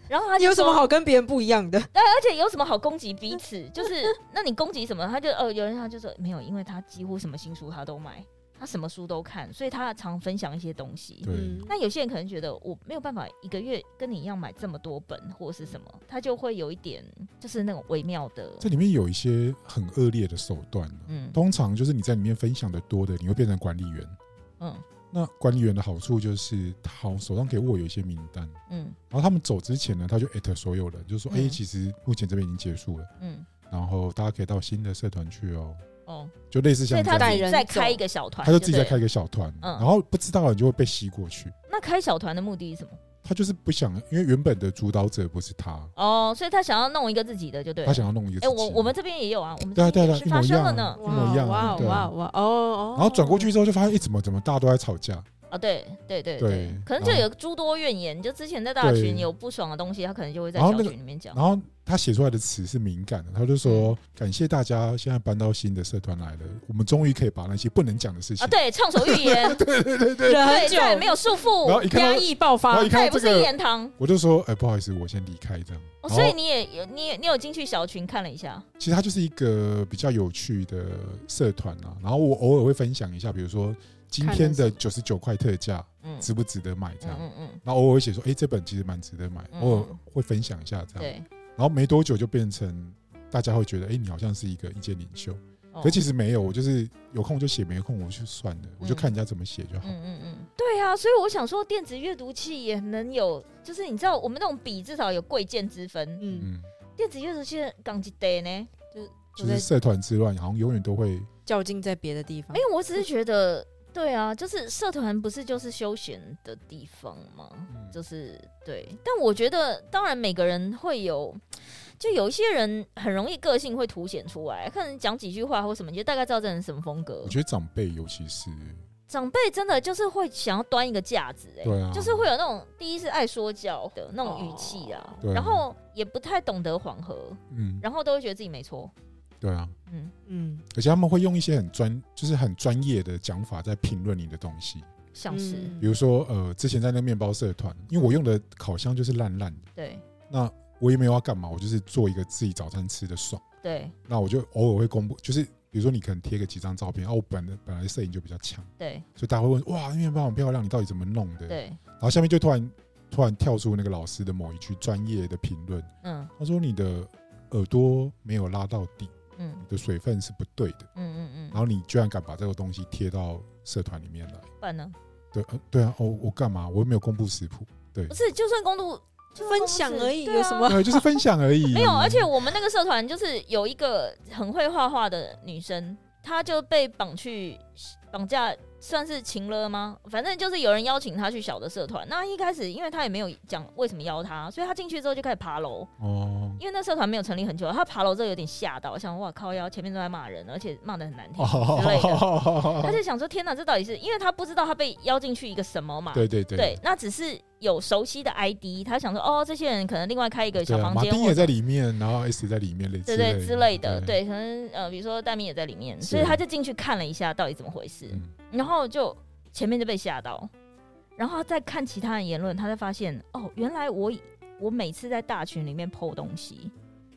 Speaker 3: 然后他就
Speaker 4: 有什
Speaker 3: 说呃
Speaker 4: 么好跟别人不一样的？
Speaker 3: 而且有什么好攻击彼此？就是那你攻击什么？他就呃，有人他就说没有，因为他几乎什么新书他都买，他什么书都看，所以他常分享一些东西。
Speaker 1: 对，
Speaker 4: 嗯
Speaker 3: 那有些人可能觉得我没有办法一个月跟你一样买这么多本或是什么，他就会有一点就是那种微妙的，
Speaker 1: 这里面有一些很恶劣的手段啊、
Speaker 3: 嗯
Speaker 1: 通常就是你在里面分享的多的，你会变成管理员。
Speaker 3: 嗯
Speaker 1: 那管理员的好处就是，他好像手上给我有一些名单，
Speaker 3: 嗯
Speaker 1: 然后他们走之前呢，他就艾特所有人，就说：“哎、
Speaker 3: 嗯
Speaker 1: 其实目前这边已经结束了，
Speaker 3: 嗯
Speaker 1: 然后大家可以到新的社团去哦。
Speaker 3: 哦，”
Speaker 1: 就类似
Speaker 3: 所以
Speaker 1: 像这
Speaker 3: 他
Speaker 1: 样，
Speaker 4: 带
Speaker 3: 自己
Speaker 4: 人
Speaker 3: 再
Speaker 4: 走
Speaker 3: 开一个小团，
Speaker 1: 他就自己
Speaker 3: 对
Speaker 1: 再
Speaker 3: 了
Speaker 1: 开一个小团，
Speaker 3: 嗯
Speaker 1: 然后不知道的人就会被吸过去。
Speaker 3: 那开小团的目的是什么？
Speaker 1: 他就是不想，因为原本的主导者不是他，
Speaker 3: 哦，所以他想要弄一个自己的，就对了。
Speaker 1: 他想要弄一个
Speaker 3: 哎、
Speaker 1: 自己。
Speaker 3: 我我们这边也有啊，我们
Speaker 1: 对啊
Speaker 3: 这
Speaker 1: 对啊
Speaker 3: 边
Speaker 1: 对啊，
Speaker 3: 也是
Speaker 1: 一
Speaker 3: 发
Speaker 1: 模一
Speaker 3: 生
Speaker 1: 样
Speaker 3: 了
Speaker 1: 啊，
Speaker 3: 呢。
Speaker 1: 一模一样
Speaker 4: 哇
Speaker 1: 啊，
Speaker 4: 哦
Speaker 1: 对
Speaker 4: 哇
Speaker 1: 啊
Speaker 4: 哦。哇哦！哦
Speaker 1: 然后转过去之后就发现，哎，怎么怎么大家都在吵架？
Speaker 3: 啊，对对对
Speaker 1: 对
Speaker 3: 对，可能就
Speaker 1: 然后
Speaker 3: 有诸多怨言，就之前在大
Speaker 1: 对
Speaker 3: 群有不爽的东西，他可能就会在
Speaker 1: 然后
Speaker 3: 小
Speaker 1: 那个
Speaker 3: 群里面讲。
Speaker 1: 然后他写出来的词是敏感的，他就
Speaker 3: 嗯
Speaker 1: 说：“感谢大家现在搬到新的社团来了，我们终于可以把那些不能讲的事情。
Speaker 3: 啊，对，畅所欲 言，
Speaker 4: 忍很
Speaker 3: 对，
Speaker 4: 久，
Speaker 3: 再没有束
Speaker 1: 然后
Speaker 3: 缚，
Speaker 1: 一看
Speaker 4: 压
Speaker 1: 到，
Speaker 4: 抑爆
Speaker 1: 然
Speaker 4: 发
Speaker 1: 后一，
Speaker 3: 他
Speaker 1: 看
Speaker 3: 也
Speaker 1: 到
Speaker 3: 不
Speaker 1: 这
Speaker 3: 是一
Speaker 1: 个，
Speaker 3: 言堂。
Speaker 1: 我就说：“哎、不好意思，我先离开。”这样。
Speaker 3: 哦，
Speaker 1: 然
Speaker 3: 所以
Speaker 1: 后
Speaker 3: 你也有你也你有进去小群看了一下，
Speaker 1: 其实它就是一个比较有趣的社团啊。然后我偶尔会分享一下，比如说今天
Speaker 4: 看了
Speaker 1: 的
Speaker 4: 什
Speaker 1: 九十九块特价
Speaker 3: 嗯
Speaker 1: 值不值得买这
Speaker 3: 嗯
Speaker 1: 样。
Speaker 3: 嗯嗯，
Speaker 1: 然后偶尔会写说：“哎、这本其实蛮值得买。
Speaker 3: 嗯
Speaker 1: 偶尔会分享一下这样。
Speaker 3: 对。
Speaker 1: 然后没多久就变成大家会觉得：“哎、你好像是一个意见领袖。”
Speaker 3: 哦
Speaker 1: 可其实没有，我就是有空就写，没空我就算了，我就看人家怎么写就好。
Speaker 3: 嗯嗯嗯，对啊，所以我想说，电子阅读器也能有，就是你知道，我们那种笔至少有贵贱之分，
Speaker 4: 嗯，
Speaker 1: 嗯，
Speaker 3: 电子阅读器港几代呢？
Speaker 4: 我
Speaker 1: 就是
Speaker 4: 在
Speaker 1: 社团之乱，好像永远都会
Speaker 4: 较劲在别的地方
Speaker 3: 没。有，我只是觉得，对啊，就是社团不是就是休闲的地方吗？
Speaker 1: 嗯
Speaker 3: 就是对，但我觉得，当然每个人会有，就有一些人很容易个性会凸显出来，可能讲几句话或什么，你就大概知道这人什么风格
Speaker 1: 我。觉得长辈尤其是
Speaker 3: 长辈真的就是会想要端一个架子、欸，
Speaker 1: 对啊
Speaker 3: 就是会有那种第一是爱说教的那种语
Speaker 4: 哦
Speaker 3: 气啊，
Speaker 1: 对啊
Speaker 3: 然后也不太懂得缓和，
Speaker 1: 嗯，
Speaker 3: 然后都会觉得自己没错，
Speaker 1: 对啊，
Speaker 3: 嗯，
Speaker 4: 嗯，
Speaker 1: 而且他们会用一些很专，就是很专业的讲法在评论你的东西，
Speaker 3: 像是、
Speaker 4: 嗯
Speaker 1: 比如说呃，之前在那个面包社团，因为我用的烤箱就是烂烂的，
Speaker 3: 对
Speaker 1: 那我也没有要干嘛，我就是做一个自己早餐吃的爽，
Speaker 3: 对
Speaker 1: 那我就偶尔会公布，就是比如说你可能贴个几张照片，啊，我本来本来摄影就比较强，
Speaker 3: 对
Speaker 1: 所以大家会问哇，面包很漂亮，你到底怎么弄的？
Speaker 3: 对，
Speaker 1: 然后下面就突然突然跳出那个老师的某一句专业的评论，
Speaker 3: 嗯
Speaker 1: 他说你的耳朵没有拉到底，
Speaker 3: 嗯
Speaker 1: 你的水分是不对的，
Speaker 3: 嗯嗯
Speaker 1: 然
Speaker 3: 嗯，
Speaker 1: 后你居然敢把这个东西贴到社团里面来，
Speaker 3: 不然呢？
Speaker 1: 对，呃、对啊，哦，我干嘛？我又没有公布食谱，对
Speaker 3: 不，是，就算公路就算公
Speaker 4: 分
Speaker 3: 路
Speaker 4: 享
Speaker 3: 是
Speaker 4: 而已，
Speaker 3: 对
Speaker 4: 有
Speaker 3: 啊
Speaker 4: 什么？
Speaker 1: 对，就是分享而已，
Speaker 3: 没有，而且我们那个社团就是有一个很会画画的女生，她就被绑去绑架，算是情了吗？反正就是有人邀请她去小的社团。那一开始，因为她也没有讲为什么邀她，所以她进去之后就开始爬楼。
Speaker 1: 哦
Speaker 3: 因为那社团没有成立很久，她爬楼之后有点吓到，想哇靠腰，前面都在骂人，而且骂的很难 听之类的。她
Speaker 1: 哦，
Speaker 3: 就想说天哪，这到底是因为她不知道她被邀进去一个什么嘛？
Speaker 1: 对对对
Speaker 3: 对，那只是有熟悉的 ID，她想说哦，这些人可能另外开一个小
Speaker 1: 对啊
Speaker 3: 房
Speaker 1: 马
Speaker 3: 间，
Speaker 1: 丁
Speaker 3: 或
Speaker 1: 也
Speaker 3: 者
Speaker 1: 在里面，然后 S 在里面，类似
Speaker 3: 对对之类的，
Speaker 1: 对，
Speaker 3: 对，可能呃，比如说戴明也在里面，
Speaker 1: 是
Speaker 3: 所以他就进去看了一下到底怎么回事，
Speaker 1: 嗯
Speaker 3: 然后就前面就被吓到，然后他再看其他人言论，他才发现哦，原来我以我每次在大群里面剖东西，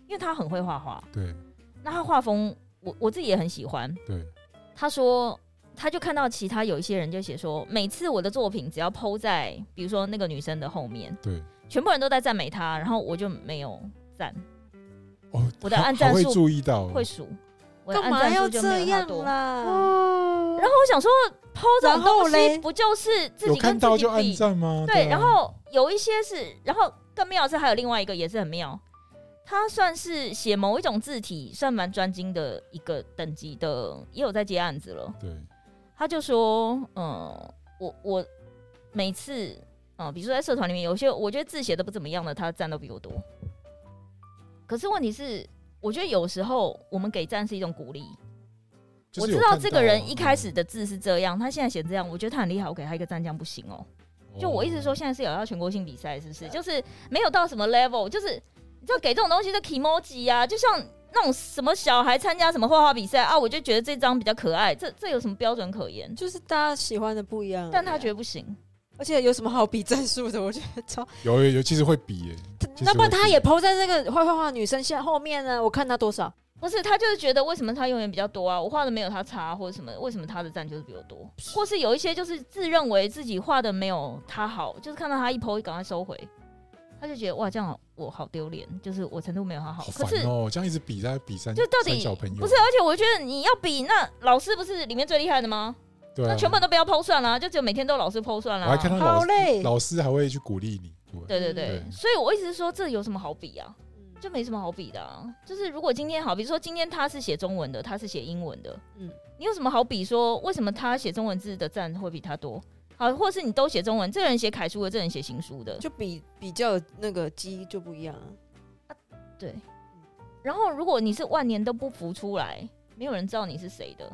Speaker 3: 因为他很会画画，
Speaker 1: 对
Speaker 3: 那他画风我我自己也很喜欢，
Speaker 1: 对，
Speaker 3: 他说。他就看到其他有一些人就写说，每次我的作品只要剖在，比如说那个女生的后面，
Speaker 1: 对，
Speaker 3: 全部人都在赞美他，然后我就没有赞，
Speaker 1: 哦，
Speaker 3: 我的
Speaker 1: 好
Speaker 3: 按赞
Speaker 1: 好会
Speaker 3: 数
Speaker 1: 注意到哦，
Speaker 3: 会数，我的按
Speaker 4: 干嘛
Speaker 3: 赞
Speaker 4: 要
Speaker 3: 数就
Speaker 4: 这
Speaker 3: 没有他
Speaker 4: 样
Speaker 3: 多。
Speaker 4: 啦？
Speaker 2: 哦，
Speaker 3: 然后我想说，抛这种
Speaker 4: 然后
Speaker 3: 东西
Speaker 4: 嘞
Speaker 3: 不就是自
Speaker 1: 有
Speaker 3: 己
Speaker 1: 看
Speaker 3: 跟
Speaker 1: 到
Speaker 3: 自己
Speaker 1: 就按
Speaker 3: 比？
Speaker 1: 赞吗？
Speaker 3: 对，
Speaker 1: 啊
Speaker 3: 然后有一些是，然后更妙的是还有另外一个也是很妙，他算是写某一种字体算蛮专精的一个等级的，也有在接案子了。
Speaker 1: 对，
Speaker 3: 他就说，嗯，我我每次，嗯，比如说在社团里面，有些我觉得字写的不怎么样的，他赞都比我多。可是问题是，我觉得有时候我们给赞是一种鼓励。
Speaker 1: 就
Speaker 3: 我
Speaker 1: 是
Speaker 3: 知
Speaker 1: 有
Speaker 3: 道
Speaker 1: 看
Speaker 3: 这
Speaker 1: 到
Speaker 3: 个
Speaker 1: 啊
Speaker 3: 人一开始的字是这样，他现在写这样，我觉得他很厉害，我给他一个赞，这样不行哦、
Speaker 1: 嗯
Speaker 3: 就我一
Speaker 1: 哦
Speaker 3: 直说，，现在是有要全国性比赛，是不
Speaker 1: 啊
Speaker 3: 是？就是没有到什么 level，就是你知道给这种东西的 emoji 啊，就像那种什么小孩参加什么画画比赛啊，我就觉得这张比较可爱，这这有什么标准可言？
Speaker 4: 就是大家喜欢的不一样，啊
Speaker 3: 但他觉
Speaker 4: 得，
Speaker 3: 得不行，
Speaker 4: 而且有什么好比战术的？我觉得超，
Speaker 1: 哦有有有，其实会比耶，其实
Speaker 4: 那不然
Speaker 1: 会
Speaker 4: 他
Speaker 1: 比
Speaker 4: 也抛在那个会画画的女生线后面呢？我看他多少，
Speaker 3: 不是他就是觉得为什么他永远比较多啊？我画的没有他差，或者什么？为什么他的赞就是比我多？或是有一些就是自认为自己画的没有他好，就是看到他一 po 赶快收回，他就觉得哇这样我好丢脸，就是我程度没有他好。
Speaker 1: 好
Speaker 3: 可是
Speaker 1: 烦哦，这样一直比，在比三，
Speaker 3: 就到底
Speaker 1: 三小朋友
Speaker 3: 不是，而且我觉得你要比那老师不是里面最厉害的吗？
Speaker 1: 对啊
Speaker 3: 那全部都不要剖算啦，就只有每天都老师剖算
Speaker 1: 我
Speaker 3: 啦。
Speaker 1: 还看到老
Speaker 4: 好
Speaker 1: 师
Speaker 4: 累。
Speaker 1: 老师还会去鼓励你，对
Speaker 3: 对对对，
Speaker 1: 对
Speaker 3: 所以我一直说这有什么好比啊？
Speaker 4: 嗯
Speaker 3: 就没什么好比的啊。就是如果今天好，比如说今天他是写中文的，他是写英文的，嗯
Speaker 4: 嗯，
Speaker 3: 你有什么好比说为什么他写中文字的赞会比他多？好，或是你都写中文，这个人写楷书的，这个人写行书的，
Speaker 4: 就比比较那个鸡就不一样啊。
Speaker 3: 对。然后如果你是万年都不浮出来，没有人知道你是谁的，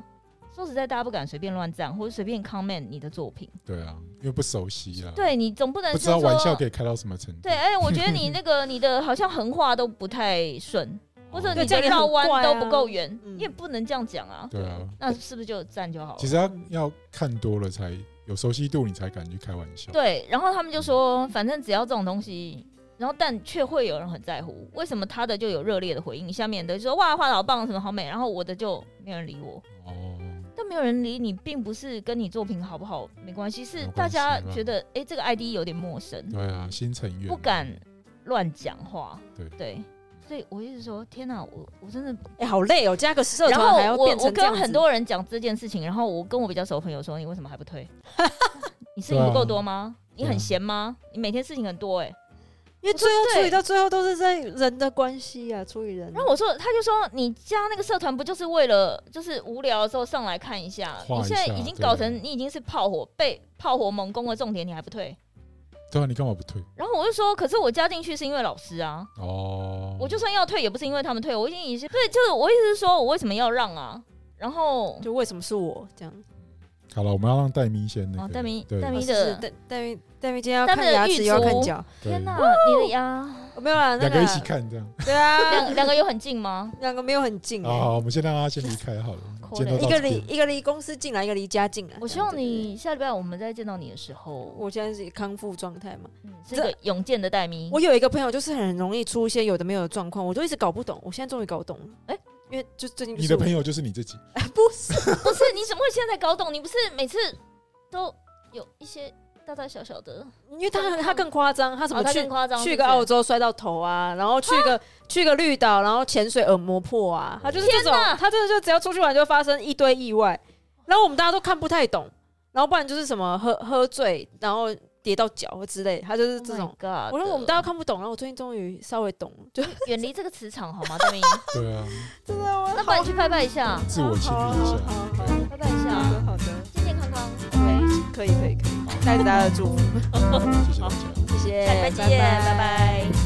Speaker 3: 说实在，大家不敢随便乱赞或者随便 comment 你的作品。
Speaker 1: 对啊，因为不熟悉啊，，
Speaker 3: 对你总不能
Speaker 1: 不
Speaker 3: 是
Speaker 1: 知道玩笑
Speaker 3: 说
Speaker 1: 可以开到什么程度，
Speaker 3: 对，哎、我觉 得你那个你的好像横画都不太顺，
Speaker 1: 哦
Speaker 3: 或者你
Speaker 4: 对这
Speaker 3: 的
Speaker 4: 样也很
Speaker 3: 绕弯
Speaker 4: 怪啊
Speaker 3: 都不够圆，
Speaker 4: 嗯
Speaker 3: 你也不能这样讲啊。
Speaker 1: 对啊，
Speaker 3: 那是不是就赞就好
Speaker 1: 其
Speaker 3: 了？
Speaker 1: 实要要看多了才有熟悉度，你才敢去开玩笑，
Speaker 3: 对，然后他们就说，反正只要这种东西，然后但却会有人很在乎，为什么他的就有热烈的回应，下面的就说哇画的好棒，什么好美，然后我的就没有人理我。
Speaker 1: 哦，
Speaker 3: 但没有人理你，并不是跟你作品好不好没关系，是
Speaker 1: 没
Speaker 3: 大
Speaker 1: 关系
Speaker 3: 家
Speaker 1: 吧
Speaker 3: 觉得哎、这个 ID 有点陌生，
Speaker 1: 对啊，新成员
Speaker 3: 不敢乱讲话。
Speaker 1: 对
Speaker 3: 所以我一直说，天哪、我我真的。
Speaker 4: 哎、好累哦！加个社
Speaker 3: 然
Speaker 4: 团
Speaker 3: 后
Speaker 4: 还要
Speaker 3: 我
Speaker 4: 变
Speaker 3: 我
Speaker 4: 成这样
Speaker 3: 跟
Speaker 4: 子
Speaker 3: 很多人讲这件事情，然后我跟我比较熟的朋友说，你为什么还 不退？你事情
Speaker 1: 对啊
Speaker 3: 不够多吗？你
Speaker 1: 对
Speaker 3: 很
Speaker 1: 啊嗯
Speaker 3: 闲吗？你每天事情很多哎、
Speaker 4: 因为最后
Speaker 3: 对
Speaker 4: 处理到最后都是在人的关系啊，处理人。
Speaker 3: 然后我说，他就说你加那个社团不就是为了就是无聊的时候上来看一下？
Speaker 1: 画一
Speaker 3: 你现在
Speaker 1: 下
Speaker 3: 已经
Speaker 1: 对
Speaker 3: 搞成你已经是炮火被炮火猛攻的重点，你还不退？
Speaker 1: 对啊，你干嘛不退？
Speaker 3: 然后我就说，可是我加进去是因为老师啊，
Speaker 1: 哦，
Speaker 3: 我就算要退也不是因为他们退，我已经已经对，就是我意思是说我为什么要让啊？然后
Speaker 4: 就为什么是我这样？
Speaker 1: 好了，我们要让戴咪先那
Speaker 3: 哦
Speaker 1: 个，
Speaker 3: 戴咪
Speaker 1: 对
Speaker 3: 戴咪
Speaker 4: 哦
Speaker 3: 你
Speaker 4: 是
Speaker 3: 的
Speaker 4: 是戴戴明戴明今天要
Speaker 3: 戴
Speaker 4: 看
Speaker 3: 明的
Speaker 4: 牙
Speaker 3: 玉
Speaker 4: 齿又要看
Speaker 3: 足
Speaker 4: 脚，
Speaker 1: 对
Speaker 3: 天哪，你的牙
Speaker 4: 哦、没有啦，那
Speaker 1: 两
Speaker 4: 个
Speaker 1: 个一起看这样。
Speaker 4: 对啊，
Speaker 3: 两两个有很近吗？
Speaker 4: 两个没有很
Speaker 3: 嗯
Speaker 4: 近、欸
Speaker 1: 好好，我们先让他先离开好了。今天
Speaker 3: 一
Speaker 1: 都到
Speaker 4: 一个
Speaker 1: 哦这
Speaker 4: 离
Speaker 1: 边
Speaker 4: 一个离公司近来，一个离家近来。
Speaker 3: 我
Speaker 4: 这
Speaker 3: 希
Speaker 4: 样
Speaker 3: 望
Speaker 4: 对对
Speaker 3: 你下礼拜我们再见到你的时
Speaker 4: 对
Speaker 3: 候，
Speaker 4: 我现在是康复状态嘛。
Speaker 3: 嗯，是个勇健的戴咪。
Speaker 4: 我有一个朋友，就是很容易出一些有的没有的状况，我就一直搞不懂。我现在终于搞懂了，哎、因为就最近
Speaker 1: 你的朋
Speaker 4: 友
Speaker 1: 友就是你自己，
Speaker 4: 不是
Speaker 3: 不是，你怎么会现在才搞懂？你不是每次都有一些大大小小 的，
Speaker 4: 因为他他更夸张，他怎
Speaker 3: 哦
Speaker 4: 么
Speaker 3: 他
Speaker 4: 去、
Speaker 3: 更夸张？
Speaker 4: 去
Speaker 3: 是
Speaker 4: 个
Speaker 3: 不是
Speaker 4: 澳洲摔到头啊，然后去个去个绿岛，然后潜水耳膜破啊，他就是这
Speaker 3: 天
Speaker 4: 种
Speaker 3: 哪，
Speaker 4: 他真的就只要出去玩就会发生一堆意外，然后我们大家都看不太懂，然后不然就是什么喝喝醉，然后跌到脚之类，他就是这
Speaker 3: Oh my
Speaker 4: 种。
Speaker 3: God
Speaker 4: 我说我们大家都看不懂，然后我最近终于稍微懂了，就
Speaker 3: 远离这个磁场好吗， 戴咪？
Speaker 1: 对啊，
Speaker 4: 真的我
Speaker 3: 那不然你去拜拜一下，
Speaker 1: 自我清理一下
Speaker 4: 好好。好
Speaker 1: 对
Speaker 3: 拜拜一下，
Speaker 4: 好的好的，
Speaker 3: 健健康康。
Speaker 4: 可以可以可以，带着大家的祝福，
Speaker 1: 谢谢大家。
Speaker 4: 谢谢，
Speaker 3: 下礼拜见，拜拜